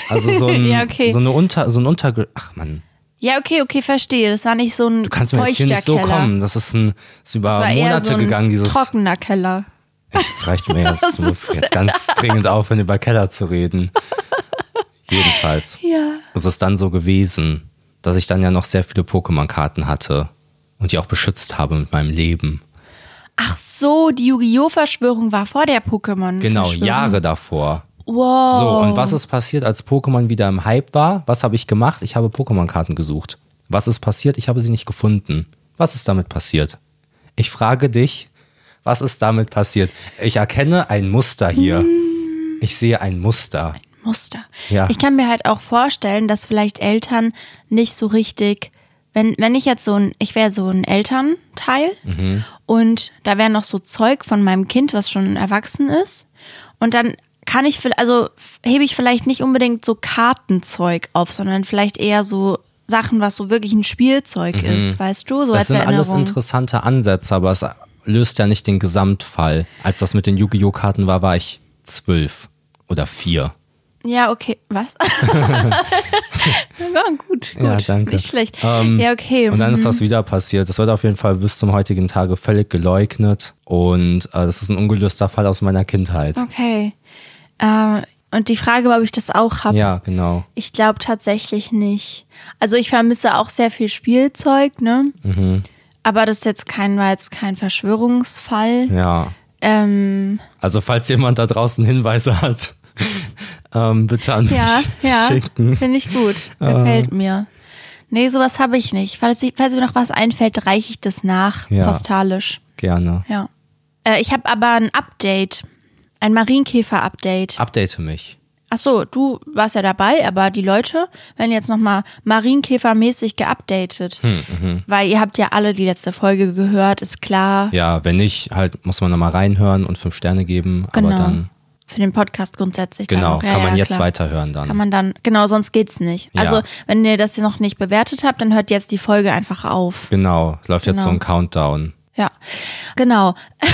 S1: Also so, ein,
S2: Ja, okay.
S1: so eine Unter, so ein Unterge... Ach man,
S2: Ja, okay, okay, verstehe. Das war nicht so ein
S1: du kannst mir jetzt hier
S2: feuchter
S1: nicht so
S2: Keller.
S1: kommen. Das ist, ein, ist über
S2: Das war eher
S1: Monate
S2: so ein
S1: gegangen, dieses...
S2: trockener Keller.
S1: Echt, das reicht mir jetzt.
S2: Das
S1: Du musst
S2: ist-
S1: jetzt ganz dringend aufhören, über Keller zu reden. Jedenfalls.
S2: Ja.
S1: Es ist dann so gewesen, dass ich dann ja noch sehr viele Pokémon-Karten hatte und die auch beschützt habe mit meinem Leben.
S2: Ach so, die Yu-Gi-Oh!-Verschwörung war vor der Pokémon.
S1: Genau, Jahre davor.
S2: Wow.
S1: So, und was ist passiert, als Pokémon wieder im Hype war? Was habe ich gemacht? Ich habe Pokémon-Karten gesucht. Was ist passiert? Ich habe sie nicht gefunden. Was ist damit passiert? Ich frage dich, was ist damit passiert? Ich erkenne ein Muster hier. Ich sehe ein Muster.
S2: Muster.
S1: Ja.
S2: Ich kann mir halt auch vorstellen, dass vielleicht Eltern nicht so richtig wenn, wenn ich jetzt so ein, ich wäre so ein Elternteil
S1: Mhm.
S2: und da wäre noch so Zeug von meinem Kind, was schon erwachsen ist. Und dann kann ich, vi- also f- hebe ich vielleicht nicht unbedingt so Kartenzeug auf, sondern vielleicht eher so Sachen, was so wirklich ein Spielzeug ist, weißt du? So
S1: Mhm. Das
S2: als
S1: sind alles
S2: Erinnerung.
S1: interessante Ansätze, aber es löst ja nicht den Gesamtfall. Als das mit den Yu-Gi-Oh! Karten war, war ich zwölf oder vier.
S2: Ja, okay. Was? ja, gut, gut.
S1: Ja, danke.
S2: Nicht schlecht.
S1: Ähm,
S2: ja, okay.
S1: Und dann ist
S2: Mhm.
S1: das wieder passiert. Das wird auf jeden Fall bis zum heutigen Tage völlig geleugnet. Und äh, das ist ein ungelöster Fall aus meiner Kindheit.
S2: okay. Ähm, und die Frage war, ob ich das auch habe.
S1: Ja, genau.
S2: Ich glaube tatsächlich nicht. Also ich vermisse auch sehr viel Spielzeug, ne?
S1: Mhm.
S2: Aber das ist jetzt kein, war jetzt kein Verschwörungsfall.
S1: Ja.
S2: Ähm,
S1: Also falls jemand da draußen Hinweise hat, ähm, bitte an mich
S2: ja, ja.
S1: schicken. Ah.
S2: Finde ich gut. Gefällt mir. Nee, sowas habe ich nicht. Falls, ich, falls mir noch was einfällt, reiche ich das nach,
S1: Ja.
S2: postalisch.
S1: Gerne.
S2: Ja. Äh, ich habe aber ein Update. Ein Marienkäfer-Update.
S1: Update mich.
S2: Ach so, du warst ja dabei, aber die Leute werden jetzt nochmal Marienkäfermäßig geupdatet.
S1: Hm,
S2: Weil ihr habt ja alle die letzte Folge gehört, ist klar.
S1: mhm. Ja, wenn nicht, halt muss man nochmal reinhören und fünf Sterne geben.
S2: genau.
S1: Aber dann,
S2: Für den Podcast grundsätzlich. dann
S1: genau,
S2: auch. Ja,
S1: kann man
S2: ja,
S1: jetzt
S2: klar.
S1: weiterhören dann.
S2: Kann man dann, genau, sonst geht's nicht.
S1: Ja.
S2: Also, wenn ihr das hier noch nicht bewertet habt, dann hört jetzt die Folge einfach auf.
S1: genau, es läuft jetzt
S2: Genau.
S1: so ein Countdown.
S2: Ja, genau.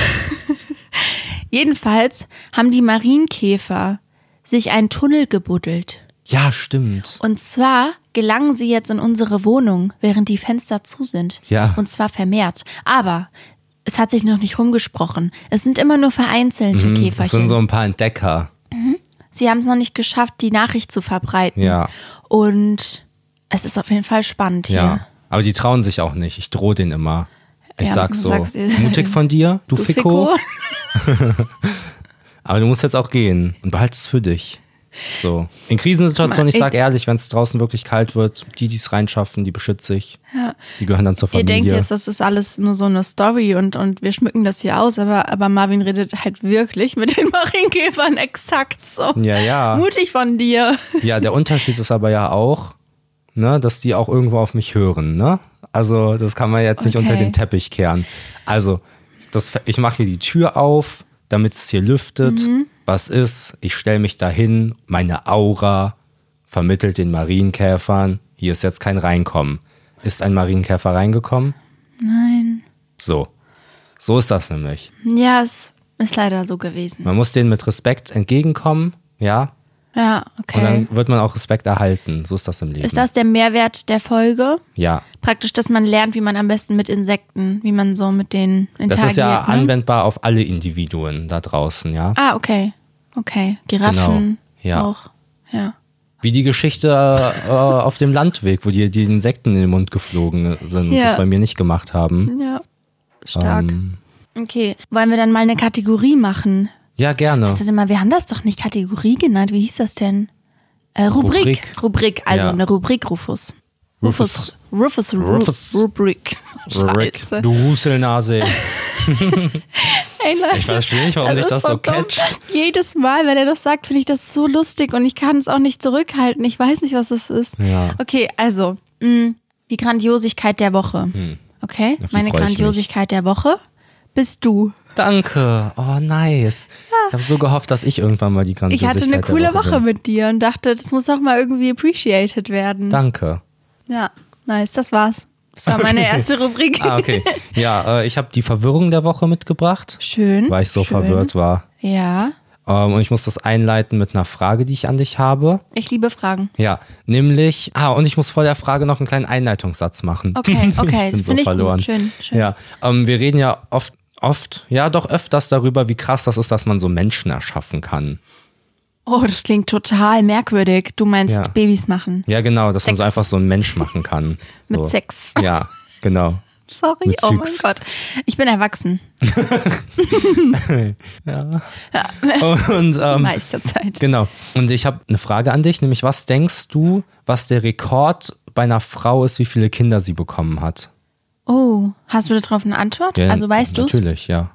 S2: Jedenfalls haben die Marienkäfer sich einen Tunnel gebuddelt.
S1: Ja, stimmt.
S2: Und zwar gelangen sie jetzt in unsere Wohnung, während die Fenster zu sind.
S1: Ja.
S2: Und zwar vermehrt. Aber es hat sich noch nicht rumgesprochen. Es sind immer nur vereinzelte
S1: Mhm. Das
S2: Käferchen.
S1: sind so ein paar Entdecker.
S2: sie haben es noch nicht geschafft, die Nachricht zu verbreiten.
S1: Ja.
S2: Und es ist auf jeden Fall spannend
S1: Ja.
S2: hier.
S1: Aber die trauen sich auch nicht. Ich drohe denen immer. Ich
S2: Ja,
S1: sag
S2: du
S1: so,
S2: sagst ihr-
S1: mutig von dir, du,
S2: Du
S1: Ficko, aber du musst jetzt auch gehen und behalt es für dich. So. In Krisensituationen, ich sag ehrlich, wenn es draußen wirklich kalt wird, die, die es reinschaffen, die beschütze ich. Die gehören dann zur
S2: Ihr
S1: Familie.
S2: denkt jetzt, das ist alles nur so eine Story und, und wir schmücken das hier aus, aber, aber Marvin redet halt wirklich mit den Marienkäfern exakt so.
S1: ja, ja.
S2: Mutig von dir.
S1: Ja, der Unterschied ist aber ja auch, ne, dass die auch irgendwo auf mich hören, ne? Also, das kann man jetzt nicht
S2: Okay.
S1: unter den Teppich kehren. Also, das, ich mache hier die Tür auf, damit es hier lüftet.
S2: Mhm.
S1: Was ist? Ich stelle mich dahin, meine Aura vermittelt den Marienkäfern, hier ist jetzt kein Reinkommen. Ist ein Marienkäfer reingekommen?
S2: Nein.
S1: So. So ist das nämlich.
S2: Ja, es ist leider so gewesen.
S1: Man muss denen mit Respekt entgegenkommen, ja?
S2: Ja,
S1: Und
S2: okay.
S1: dann wird man auch Respekt erhalten. So ist das im Leben.
S2: Ist das der Mehrwert der Folge?
S1: ja.
S2: Praktisch, dass man lernt, wie man am besten mit Insekten, wie man so mit denen interagiert.
S1: Das ist ja
S2: ne?
S1: anwendbar auf alle Individuen da draußen, ja.
S2: Ah, okay. Okay. Giraffen
S1: Genau. Ja.
S2: auch. Ja.
S1: Wie die Geschichte äh, auf dem Landweg, wo die, die Insekten in den Mund geflogen sind,
S2: Ja.
S1: das bei mir nicht gemacht haben.
S2: Ja. Stark.
S1: Ähm.
S2: okay. Wollen wir dann mal eine Kategorie machen?
S1: Ja, gerne.
S2: Warte mal, wir haben das doch nicht Kategorie genannt. Wie hieß das denn? Äh, Rubrik.
S1: Rubrik.
S2: Rubrik. also
S1: Ja.
S2: eine Rubrik, Rufus.
S1: Rufus. Rufus.
S2: Rufus, Rufus, Rubrik.
S1: Rick,
S2: Scheiße.
S1: du Huselnase.
S2: Ey, Leute,
S1: Ich weiß nicht, warum sich
S2: ist
S1: das so
S2: dumm.
S1: catcht.
S2: Jedes Mal, wenn er das sagt, finde ich das so lustig und ich kann es auch nicht zurückhalten. Ich weiß nicht, was das ist.
S1: Ja.
S2: Okay, also, mh, die Grandiosigkeit der Woche. Okay,
S1: Hm. Auf die
S2: meine
S1: freu ich mich.
S2: Grandiosigkeit der Woche bist du.
S1: Danke. Oh, nice. Ich habe so gehofft, dass ich irgendwann mal die
S2: Ich
S1: Grandiosigkeit
S2: hatte eine
S1: der
S2: coole
S1: Woche,
S2: Woche
S1: bin.
S2: mit dir und dachte, das muss auch mal irgendwie appreciated werden.
S1: Danke.
S2: Ja, nice, das war's. Das war meine erste Rubrik.
S1: Ah, okay. Ja, äh, ich habe die Verwirrung der Woche mitgebracht,
S2: Schön.
S1: weil ich so
S2: schön.
S1: verwirrt war.
S2: Ja,
S1: Ähm, und ich muss das einleiten mit einer Frage, die ich an dich habe.
S2: ich liebe Fragen.
S1: Ja, nämlich, ah, und ich muss vor der Frage noch einen kleinen Einleitungssatz machen.
S2: Okay, okay,
S1: ich bin
S2: das
S1: so
S2: finde ich
S1: verloren.
S2: gut. Schön, schön.
S1: Ja, ähm, wir reden ja oft, oft, ja doch öfters darüber, wie krass das ist, dass man so Menschen erschaffen kann.
S2: Oh, das klingt total merkwürdig. Du meinst
S1: Ja.
S2: Babys machen.
S1: Ja, genau, dass man so
S2: Sex.
S1: einfach so einen Mensch machen kann. So.
S2: Mit Sex.
S1: Ja, genau.
S2: Sorry,
S1: Mit
S2: oh
S1: Sex.
S2: mein Gott. Ich bin erwachsen,
S1: Und
S2: die
S1: ähm,
S2: meiste Zeit.
S1: genau. Und ich habe eine Frage an dich, nämlich was denkst du, was der Rekord bei einer Frau ist, wie viele Kinder sie bekommen hat?
S2: Oh, hast du darauf eine Antwort?
S1: Ja,
S2: also weißt du
S1: Natürlich, ja.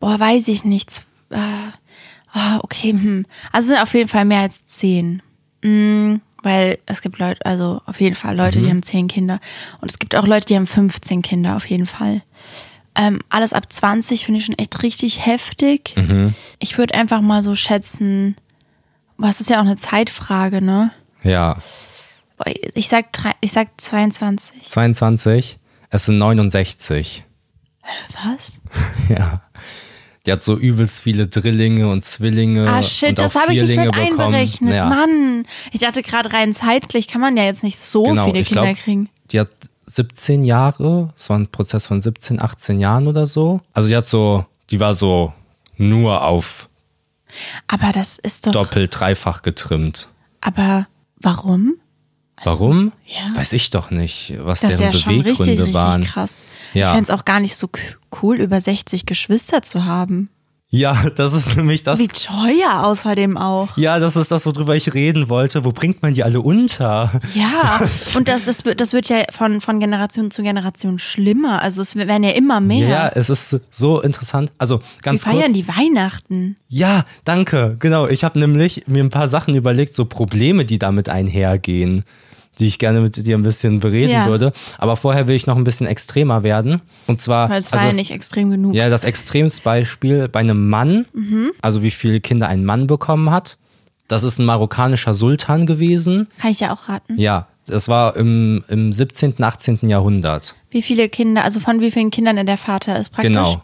S2: Boah, weiß ich nichts. ah, Äh, ah, okay, hm. Also sind auf jeden Fall mehr als zehn. Mm, Weil es gibt Leute, also auf jeden Fall Leute,
S1: Mhm.
S2: die haben zehn Kinder. Und es gibt auch Leute, die haben 15 Kinder, auf jeden Fall. Ähm, alles ab 20 finde ich schon echt richtig heftig.
S1: Mhm.
S2: Ich würde einfach mal so schätzen, was ist ja auch eine Zeitfrage, ne?
S1: Ja,
S2: Boah, Ich sag, drei- ich sag 22.
S1: 22, es sind 69.
S2: Was?
S1: Ja. Die hat so übelst viele Drillinge und Zwillinge.
S2: Ah, shit,
S1: und auch
S2: das habe ich nicht
S1: Vierlinge
S2: mit
S1: bekommen.
S2: einberechnet.
S1: Ja,
S2: Mann, ich dachte gerade rein zeitlich kann man ja jetzt nicht so
S1: genau.
S2: viele
S1: ich
S2: Kinder
S1: glaub,
S2: kriegen.
S1: Die hat 17 Jahre, es war ein Prozess von 17, 18 Jahren oder so. Also die hat so, die war so nur auf
S2: Aber das ist doch.
S1: doppelt, dreifach getrimmt.
S2: Aber warum?
S1: Warum?
S2: Ja.
S1: Weiß ich doch nicht, was
S2: Das ist ja
S1: deren
S2: schon
S1: Beweggründe
S2: richtig, richtig
S1: waren.
S2: krass.
S1: Ja.
S2: Ich fände es auch gar nicht so k- cool, über 60 Geschwister zu haben.
S1: Ja, das ist nämlich das.
S2: Wie teuer außerdem auch.
S1: Ja, das ist das, worüber ich reden wollte. Wo bringt man die alle unter?
S2: Ja, und das, das, wird, das wird ja von, von Generation zu Generation schlimmer. Also es werden ja immer mehr.
S1: Ja, es ist so interessant. Also
S2: Wir
S1: ganz kurz.
S2: feiern die Weihnachten.
S1: Ja, danke. Genau, ich habe nämlich mir ein paar Sachen überlegt, so Probleme, die damit einhergehen, die ich gerne mit dir ein bisschen bereden
S2: Ja.
S1: würde. Aber vorher will ich noch ein bisschen extremer werden. Und zwar,
S2: Weil es
S1: also
S2: war ja
S1: das-
S2: nicht extrem genug.
S1: ja, das Extremsbeispiel bei einem Mann,
S2: Mhm.
S1: also wie viele Kinder ein Mann bekommen hat. Das ist ein marokkanischer Sultan gewesen.
S2: Kann ich ja auch raten.
S1: Ja, das war im, im 17., 18. Jahrhundert.
S2: Wie viele Kinder, also von wie vielen Kindern er der Vater ist praktisch.
S1: Genau.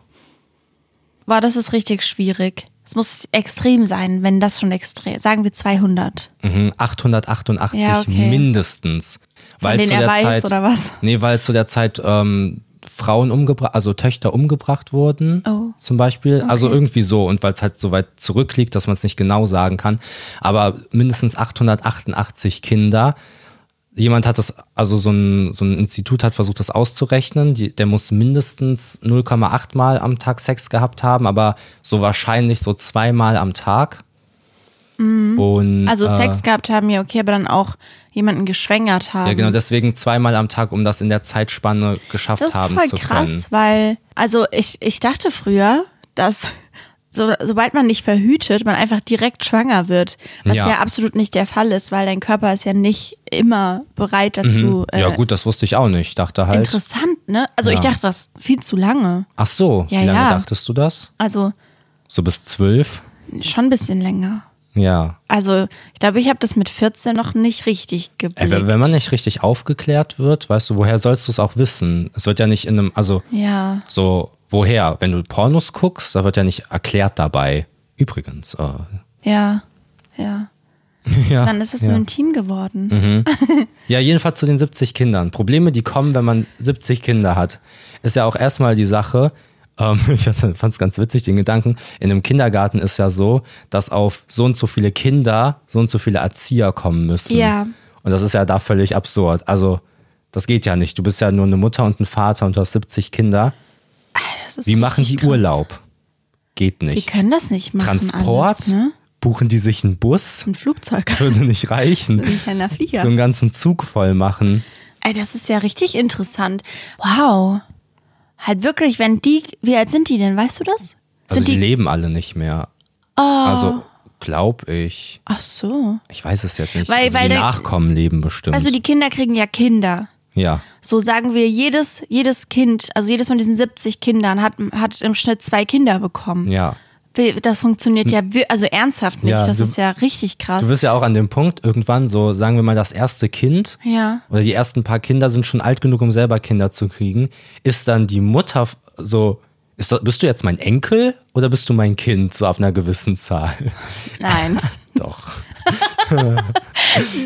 S2: Boah, das ist richtig schwierig. Es muss extrem sein, wenn das schon extrem, sagen wir 200.
S1: Mhm, 888
S2: Ja, okay.
S1: mindestens. Weil
S2: denen
S1: zu
S2: er
S1: der
S2: weiß,
S1: Zeit,
S2: oder was?
S1: Nee, weil zu der Zeit ähm, Frauen umgebracht, also Töchter umgebracht wurden,
S2: Oh.
S1: zum Beispiel. Also irgendwie so. Und weil es halt so weit zurückliegt, dass man es nicht genau sagen kann. Aber mindestens 888 Kinder. Jemand hat das, also so ein, so ein Institut hat versucht, das auszurechnen. Die, der muss mindestens 0,8 Mal am Tag Sex gehabt haben, aber so wahrscheinlich so zweimal am Tag. Und,
S2: Also
S1: äh,
S2: Sex gehabt haben, ja okay, aber dann auch jemanden geschwängert haben.
S1: Ja, genau, deswegen zweimal am Tag, um das in der Zeitspanne geschafft
S2: Ähm, Das ist
S1: haben
S2: voll
S1: zu
S2: krass,
S1: können.
S2: weil, also ich, ich dachte früher, dass so, sobald man nicht verhütet, man einfach direkt schwanger wird. Was
S1: Ja.
S2: ja, absolut nicht der Fall ist, weil dein Körper ist ja nicht immer bereit dazu.
S1: Mhm. ja,
S2: äh,
S1: gut, das wusste ich auch nicht. Ich dachte halt.
S2: Interessant, ne? Also ich
S1: Ja.
S2: dachte das viel zu lange.
S1: Ach so,
S2: Ja,
S1: wie lange
S2: ja.
S1: dachtest du das?
S2: Also
S1: So bis zwölf?
S2: schon ein bisschen länger.
S1: Ja.
S2: Also ich glaube, ich habe das mit 14 noch nicht richtig geblickt.
S1: Ey, wenn wenn man nicht richtig aufgeklärt wird, weißt du, woher sollst du es auch wissen? Es wird ja nicht in einem, also
S2: Ja.
S1: so, woher? Wenn du Pornos guckst, da wird ja nicht erklärt dabei. Übrigens, äh,
S2: Ja, ja.
S1: ja.
S2: Dann ist es
S1: ja. Mhm.
S2: nur intim geworden.
S1: Ja, jedenfalls zu den 70 Kindern. Probleme, die kommen, wenn man 70 Kinder hat, ist ja auch erstmal die Sache. Ähm, ich fand es ganz witzig, den Gedanken. In einem Kindergarten ist ja so, dass auf so und so viele Kinder so und so viele Erzieher kommen müssen.
S2: Ja.
S1: Und das ist ja da völlig absurd. Also, das geht ja nicht. Du bist ja nur eine Mutter und ein Vater und du hast 70 Kinder.
S2: Das ist
S1: Wie machen die
S2: richtig krass.
S1: Urlaub? Geht
S2: Die
S1: nicht.
S2: können das nicht machen.
S1: Transport?
S2: Alles, ne?
S1: Buchen die sich einen Bus?
S2: Ein Flugzeug.
S1: Würde nicht reichen.
S2: Ein kleiner Flieger.
S1: So einen ganzen Zug voll machen.
S2: Ey, das ist ja richtig interessant. Wow. Halt wirklich, wenn die. Wie alt sind die denn? Weißt du das?
S1: Also
S2: Sind
S1: die,
S2: die. Ah.
S1: leben alle nicht mehr. Also glaub ich.
S2: Ach so.
S1: Ich weiß es jetzt nicht.
S2: Weil-
S1: also
S2: weil
S1: die
S2: der-
S1: Nachkommen leben bestimmt.
S2: Also die Kinder kriegen ja Kinder.
S1: ja.
S2: So sagen wir, jedes, jedes Kind, also jedes von diesen 70 Kindern hat, hat im Schnitt zwei Kinder bekommen.
S1: Ja. Hm.
S2: Wie- Das funktioniert ja, wir- also ernsthaft nicht.
S1: Ja,
S2: das
S1: du-
S2: ist ja richtig
S1: Du
S2: krass.
S1: bist ja auch an dem Punkt, irgendwann so, sagen wir mal, das erste Kind
S2: Ja.
S1: oder die ersten paar Kinder sind schon alt genug, um selber Kinder zu kriegen. Ist dann die Mutter f- so, ist, das- bist du jetzt mein Enkel oder bist du mein Kind, so ab einer gewissen Zahl?
S2: Nein,
S1: Doch.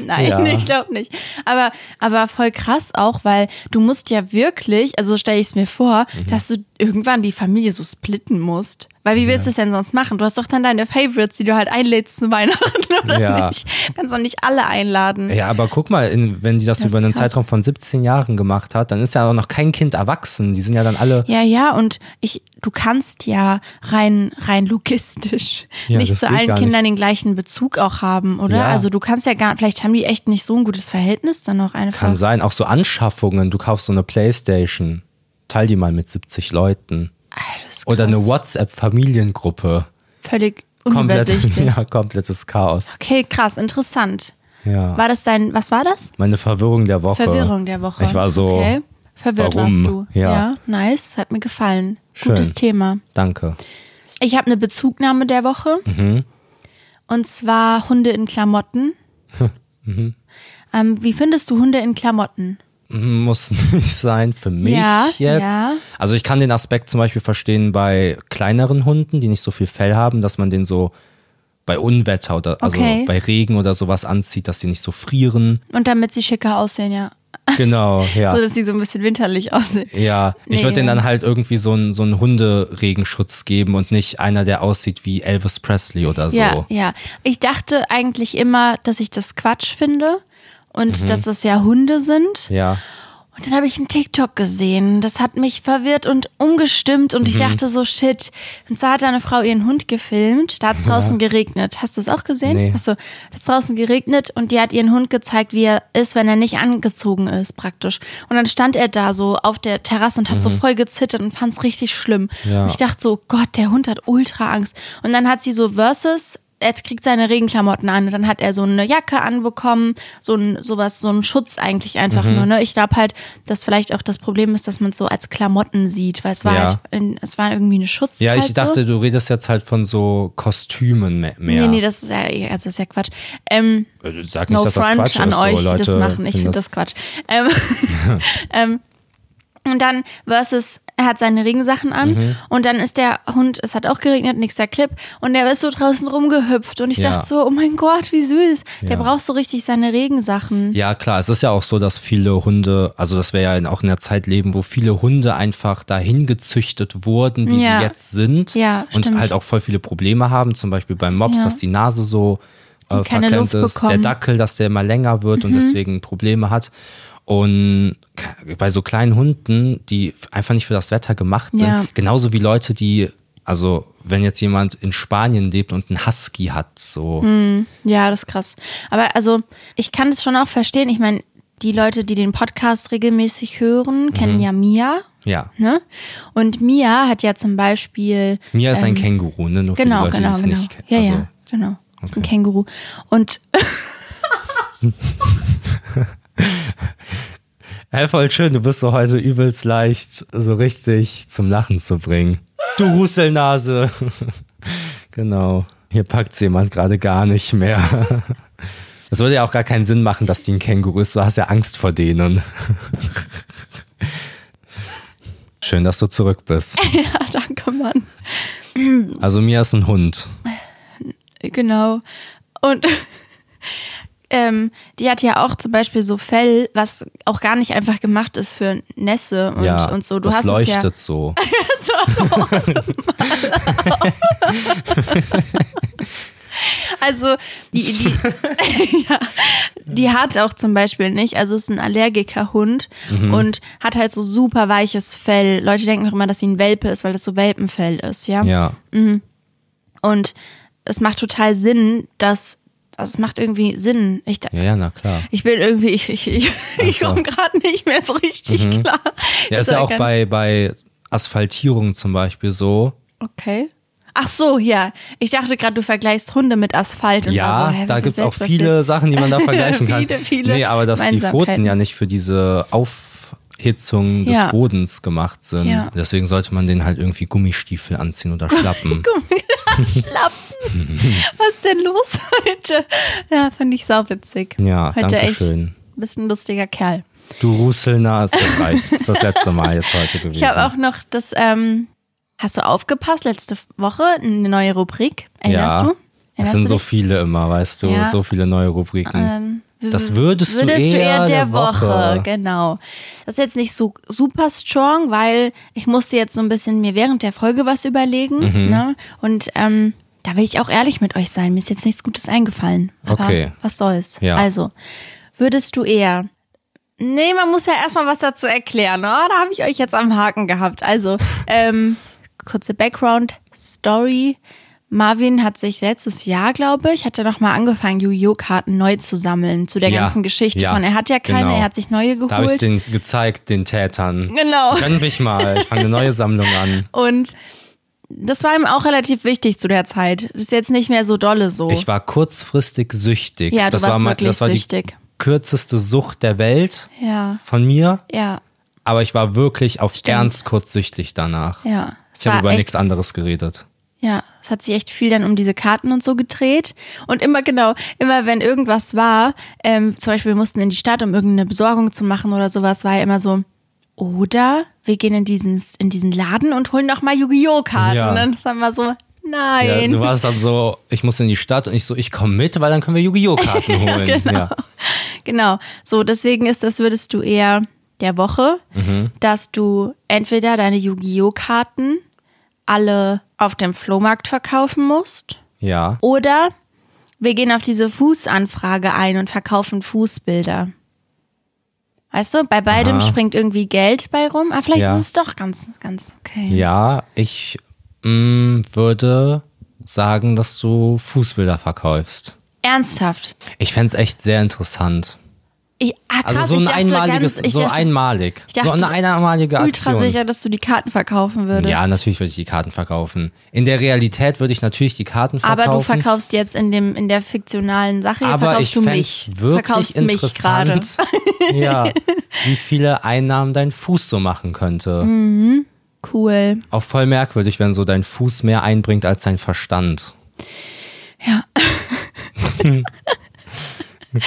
S2: nein,
S1: Ja.
S2: ich glaube nicht. Aber, aber voll krass auch, weil du musst ja wirklich, also stelle ich es mir vor,
S1: Mhm.
S2: dass du irgendwann die Familie so splitten musst. Weil wie willst du es denn sonst machen? Du hast doch dann deine Favorites, die du halt einlädst zu Weihnachten, oder
S1: Ja.
S2: nicht? Kannst doch nicht alle einladen.
S1: Ja, aber guck mal, in, wenn die das,
S2: Das
S1: über einen
S2: ist krass.
S1: Zeitraum von 17 Jahren gemacht hat, dann ist ja auch noch kein Kind erwachsen. Die sind ja dann alle
S2: Ja, ja, und ich, du kannst ja rein, rein logistisch
S1: Ja,
S2: nicht
S1: das
S2: zu
S1: geht
S2: allen
S1: gar
S2: Kindern den gleichen Bezug auch haben, oder?
S1: Ja.
S2: Also du kannst ja gar, vielleicht haben die echt nicht so ein gutes Verhältnis dann auch einfach.
S1: Kann sein, auch so Anschaffungen. Du kaufst so eine Playstation, teil die mal mit 70 Leuten.
S2: Alles krass.
S1: Oder eine WhatsApp-Familiengruppe.
S2: Völlig
S1: Komplett,
S2: unübersichtlich.
S1: ja, komplettes Chaos.
S2: Okay, krass, interessant.
S1: Ja.
S2: War das dein, was war das?
S1: Meine Verwirrung der Woche.
S2: Verwirrung der Woche.
S1: Ich war so,
S2: Okay. Verwirrt
S1: warum?
S2: warst du.
S1: Ja.
S2: nice. Hat mir gefallen.
S1: Schön.
S2: Gutes Thema.
S1: danke.
S2: Ich habe eine Bezugnahme der Woche.
S1: Mhm.
S2: Und zwar Hunde in Klamotten.
S1: Mhm.
S2: ähm, wie findest du Hunde in Klamotten?
S1: Muss nicht sein für mich
S2: Ja,
S1: jetzt.
S2: ja.
S1: Also ich kann den Aspekt zum Beispiel verstehen bei kleineren Hunden, die nicht so viel Fell haben, dass man den so bei Unwetter oder also
S2: Okay.
S1: bei Regen oder sowas anzieht, dass die nicht so frieren.
S2: Und damit sie schicker aussehen, ja.
S1: Genau, ja.
S2: So, dass sie so ein bisschen winterlich aussehen.
S1: ja, ich
S2: Nee.
S1: würde denen dann halt irgendwie so einen so einen Hunderegenschutz geben und nicht einer, der aussieht wie Elvis Presley oder so.
S2: Ja, ja. Ich dachte eigentlich immer, dass ich das Quatsch finde und
S1: Mhm.
S2: dass das ja Hunde sind.
S1: ja.
S2: Und dann habe ich einen TikTok gesehen. Das hat mich verwirrt und umgestimmt und
S1: Mhm.
S2: ich dachte so, shit. Und zwar hat eine Frau ihren Hund gefilmt. Da hat es draußen geregnet. Hast du es auch gesehen?
S1: Nee.
S2: Achso, da hat draußen geregnet und die hat ihren Hund gezeigt, wie er ist, wenn er nicht angezogen ist, praktisch. Und dann stand er da so auf der Terrasse und hat so voll gezittert und fand es richtig schlimm.
S1: Mhm. Ja.
S2: Und ich dachte so, Gott, der Hund hat ultra Angst. Und dann hat sie so Versus. Er kriegt seine Regenklamotten an und dann hat er so eine Jacke anbekommen, so ein sowas, so ein Schutz eigentlich einfach
S1: Mhm.
S2: nur. Ne? Ich glaube halt, dass vielleicht auch das Problem ist, dass man es so als Klamotten sieht, weil es war
S1: Ja.
S2: halt, in, es war irgendwie eine Schutz.
S1: Ja,
S2: halt
S1: ich dachte,
S2: So.
S1: du redest jetzt halt von so Kostümen me- mehr.
S2: Nee, nee, das ist ja, also das ist ja Quatsch. Ähm,
S1: Also Sag nicht,
S2: No
S1: dass das
S2: front
S1: Quatsch
S2: an
S1: ist,
S2: euch,
S1: so,
S2: die
S1: Leute.
S2: das machen. Ich finde das, Quatsch. Ähm, ähm, und dann versus, er hat seine Regensachen an
S1: Mhm.
S2: und dann ist der Hund, es hat auch geregnet, nächster Clip und der ist so draußen rumgehüpft und ich
S1: Ja.
S2: dachte so, oh mein Gott, wie süß. Der
S1: Ja.
S2: braucht so richtig seine Regensachen.
S1: Ja, klar, es ist ja auch so, dass viele Hunde, also dass wir ja in, auch in einer Zeit leben, wo viele Hunde einfach dahin gezüchtet wurden, wie
S2: Ja.
S1: sie jetzt sind.
S2: Ja,
S1: und
S2: stimmt.
S1: halt auch voll viele Probleme haben, zum Beispiel beim Mops,
S2: Ja.
S1: dass die Nase so äh,
S2: keine
S1: verklemmt
S2: Luft
S1: ist, der
S2: bekommen. Mhm.
S1: Dackel, dass der immer länger wird und deswegen Probleme hat. Und k- bei so kleinen Hunden, die f- einfach nicht für das Wetter gemacht sind,
S2: Ja.
S1: genauso wie Leute, die, also wenn jetzt jemand in Spanien lebt und einen Husky hat, so.
S2: Mhm. Ja, das ist krass. Aber also, ich kann es schon auch verstehen. Ich meine, die Leute, die den Podcast regelmäßig hören,
S1: Mhm.
S2: kennen ja Mia.
S1: Ja.
S2: Ne? Und Mia hat ja zum Beispiel
S1: Mia ist ein Känguru, ne? Nur
S2: Ähm, Genau,
S1: für die Leute,
S2: genau,
S1: die es
S2: genau.
S1: nicht kennen.
S2: ja,
S1: also,
S2: ja, genau. Das ist ein
S1: Okay.
S2: Känguru. Und
S1: Hey, voll schön, du bist so heute übelst leicht, so richtig zum Lachen zu bringen. Du Russelnase. genau. Hier packt's jemand gerade gar nicht mehr. Es würde ja auch gar keinen Sinn machen, dass die ein Känguru ist. Du hast ja Angst vor denen. Schön, dass du zurück bist.
S2: ja, danke, Mann.
S1: Also mir ist ein Hund.
S2: Genau. Und ähm, die hat ja auch zum Beispiel so Fell, was auch gar nicht einfach gemacht ist für Nässe und,
S1: ja,
S2: und so. Du
S1: das
S2: hast
S1: leuchtet
S2: es
S1: so.
S2: ja. Also die, die, ja, die hat auch zum Beispiel nicht. Also ist ein Allergikerhund
S1: Mhm.
S2: und hat halt so super weiches Fell. Leute denken auch immer, dass sie ein Welpe ist, weil das so Welpenfell ist, ja.
S1: Ja,
S2: Und es macht total Sinn, dass. Also es macht irgendwie Sinn. Ich, da-
S1: ja, ja, na klar.
S2: ich bin irgendwie, ich, ich, ich, ich
S1: Ach so. Mhm.
S2: komme gerade nicht mehr so richtig klar.
S1: Ja, ist
S2: Also
S1: ja auch
S2: ganz-
S1: bei, bei Asphaltierung zum Beispiel so.
S2: Okay. Ach so, ja. Ich dachte gerade, du vergleichst Hunde mit Asphalt und war
S1: Ja,
S2: so, hä,
S1: da
S2: was
S1: gibt's
S2: ist
S1: auch
S2: jetzt passiert?
S1: viele Sachen, die man da vergleichen kann.
S2: Viele, viele
S1: nee, aber dass die Pfoten
S2: Gemeinsamkeiten.
S1: ja nicht für diese Aufhitzung des
S2: Ja.
S1: Bodens gemacht sind.
S2: Ja.
S1: Deswegen sollte man den halt irgendwie Gummistiefel anziehen oder Schlappen.
S2: Schlappen. Was ist denn los heute? Ja, fand ich sauwitzig.
S1: Ja,
S2: heute
S1: danke
S2: echt
S1: schön.
S2: ein bisschen lustiger Kerl.
S1: du Russelnas, das reicht. Das ist das letzte Mal jetzt heute gewesen.
S2: Ich habe auch noch das, ähm, hast du aufgepasst letzte Woche? Eine neue Rubrik. Erinnerst
S1: ja.
S2: du?
S1: Es
S2: Erinnerst
S1: sind
S2: du
S1: so
S2: dich?
S1: viele immer, weißt du,
S2: Ja.
S1: so viele neue Rubriken.
S2: Ähm, w-
S1: Das würdest du eher der Woche.
S2: Genau. Das ist jetzt nicht so super strong, weil ich musste jetzt so ein bisschen mir während der Folge was überlegen.
S1: Mhm.
S2: Ne? Und ähm, da will ich auch ehrlich mit euch sein. Mir ist jetzt nichts Gutes eingefallen. Aber
S1: Okay.
S2: Was soll's.
S1: Ja.
S2: Also, würdest du eher. Nee, man muss ja erstmal was dazu erklären. Oh, da habe ich euch jetzt am Haken gehabt. Also, ähm, kurze Background-Story. Marvin hat sich letztes Jahr, glaube ich, hat er nochmal angefangen, Yu-Gi-Oh-Karten neu zu sammeln. Zu der
S1: Ja,
S2: ganzen Geschichte
S1: ja,
S2: von, er hat ja keine,
S1: genau.
S2: er hat sich neue
S1: da habe ich
S2: geholt.
S1: den gezeigt, den Tätern.
S2: Genau.
S1: Gönn mich mal, ich fange eine neue Sammlung an.
S2: Und das war ihm auch relativ wichtig zu der Zeit. Das ist jetzt nicht mehr so dolle so.
S1: Ich war kurzfristig süchtig.
S2: ja, du
S1: das
S2: warst
S1: war mein-
S2: wirklich
S1: das war die
S2: süchtig.
S1: kürzeste Sucht der Welt
S2: Ja,
S1: von mir,
S2: ja,
S1: aber ich war wirklich auf Ernst kurzsüchtig danach.
S2: ja. Es
S1: Ich habe
S2: war
S1: über
S2: echt-
S1: nichts anderes geredet.
S2: Ja, es hat sich echt viel dann um diese Karten und so gedreht. Und immer genau, immer wenn irgendwas war, ähm, zum Beispiel wir mussten in die Stadt, um irgendeine Besorgung zu machen oder sowas, war ja immer so, oder wir gehen in diesen, in diesen Laden und holen nochmal Yu-Gi-Oh! Karten.
S1: Ja.
S2: Und dann sagen wir so,
S1: Ja,
S2: nein.
S1: du warst dann so, ich muss in die Stadt und ich so, ich komme mit, weil dann können wir Yu-Gi-Oh! Karten holen. ja,
S2: Genau. So, deswegen ist das, würdest du eher der Woche,
S1: Mhm.
S2: dass du entweder deine Yu-Gi-Oh! Karten alle auf dem Flohmarkt verkaufen musst
S1: ja.
S2: oder wir gehen auf diese Fußanfrage ein und verkaufen Fußbilder. Weißt du, bei beidem
S1: Aha.
S2: springt irgendwie Geld bei rum. Ah, vielleicht
S1: Ja.
S2: ist es doch ganz, ganz okay.
S1: Ja, ich mm, würde sagen, dass du Fußbilder verkaufst.
S2: Ernsthaft.
S1: Ich fänd's echt sehr interessant.
S2: Ich, ah, krass,
S1: Also so
S2: ich
S1: ein
S2: dachte
S1: einmaliges,
S2: ganz, ich
S1: so
S2: dachte,
S1: einmalig.
S2: dachte,
S1: so eine einmalige
S2: ultra
S1: Aktion.
S2: sicher, dass du die Karten verkaufen würdest.
S1: Ja, natürlich würde ich die Karten verkaufen. In der Realität würde ich natürlich die Karten verkaufen.
S2: Aber du verkaufst jetzt in, dem, in der fiktionalen Sache, hier
S1: aber
S2: verkaufst
S1: ich
S2: du
S1: fänd's
S2: mich.
S1: wirklich
S2: verkaufst mich gerade.
S1: interessant, ja, wie viele Einnahmen dein Fuß so machen könnte.
S2: Hm. Cool.
S1: Auch voll merkwürdig, wenn so dein Fuß mehr einbringt als dein Verstand.
S2: Ja.
S1: Gut.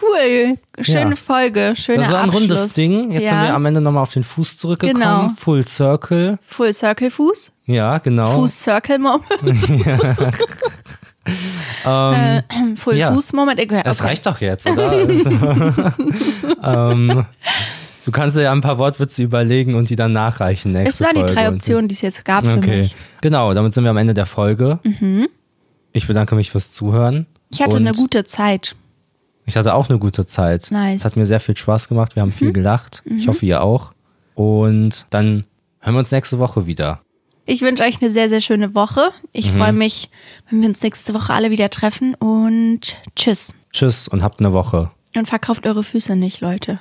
S2: Cool. Schöne
S1: Ja.
S2: Folge. Schöner
S1: Das war ein
S2: Abschluss.
S1: rundes Ding. Jetzt
S2: ja.
S1: sind wir am Ende nochmal auf den Fuß zurückgekommen.
S2: Genau.
S1: Full Circle.
S2: Full Circle Fuß.
S1: Ja, genau.
S2: Fuß Circle Moment. Äh, Full
S1: Ähm, ja.
S2: Fuß Moment. Okay.
S1: Das reicht doch jetzt, oder? Also, ähm, du kannst dir ja ein paar Wortwitze überlegen und die dann nachreichen.
S2: Es
S1: Nächste
S2: waren die
S1: Folge.
S2: drei
S1: Und-
S2: Optionen, die es jetzt gab für
S1: Okay.
S2: mich. Mhm.
S1: Genau, damit sind wir am Ende der Folge. Ich bedanke mich fürs Zuhören.
S2: Ich hatte
S1: und
S2: eine gute Zeit.
S1: Ich hatte auch eine gute Zeit.
S2: Nice. Mhm.
S1: Es hat mir sehr viel Spaß gemacht. Wir haben viel gelacht. Ich hoffe, ihr auch. Und dann hören wir uns nächste Woche wieder.
S2: Ich wünsche euch eine sehr, sehr schöne Woche.
S1: Mhm.
S2: Ich freue mich, wenn wir uns nächste Woche alle wieder treffen und tschüss.
S1: Tschüss und habt eine Woche.
S2: Und verkauft eure Füße nicht, Leute.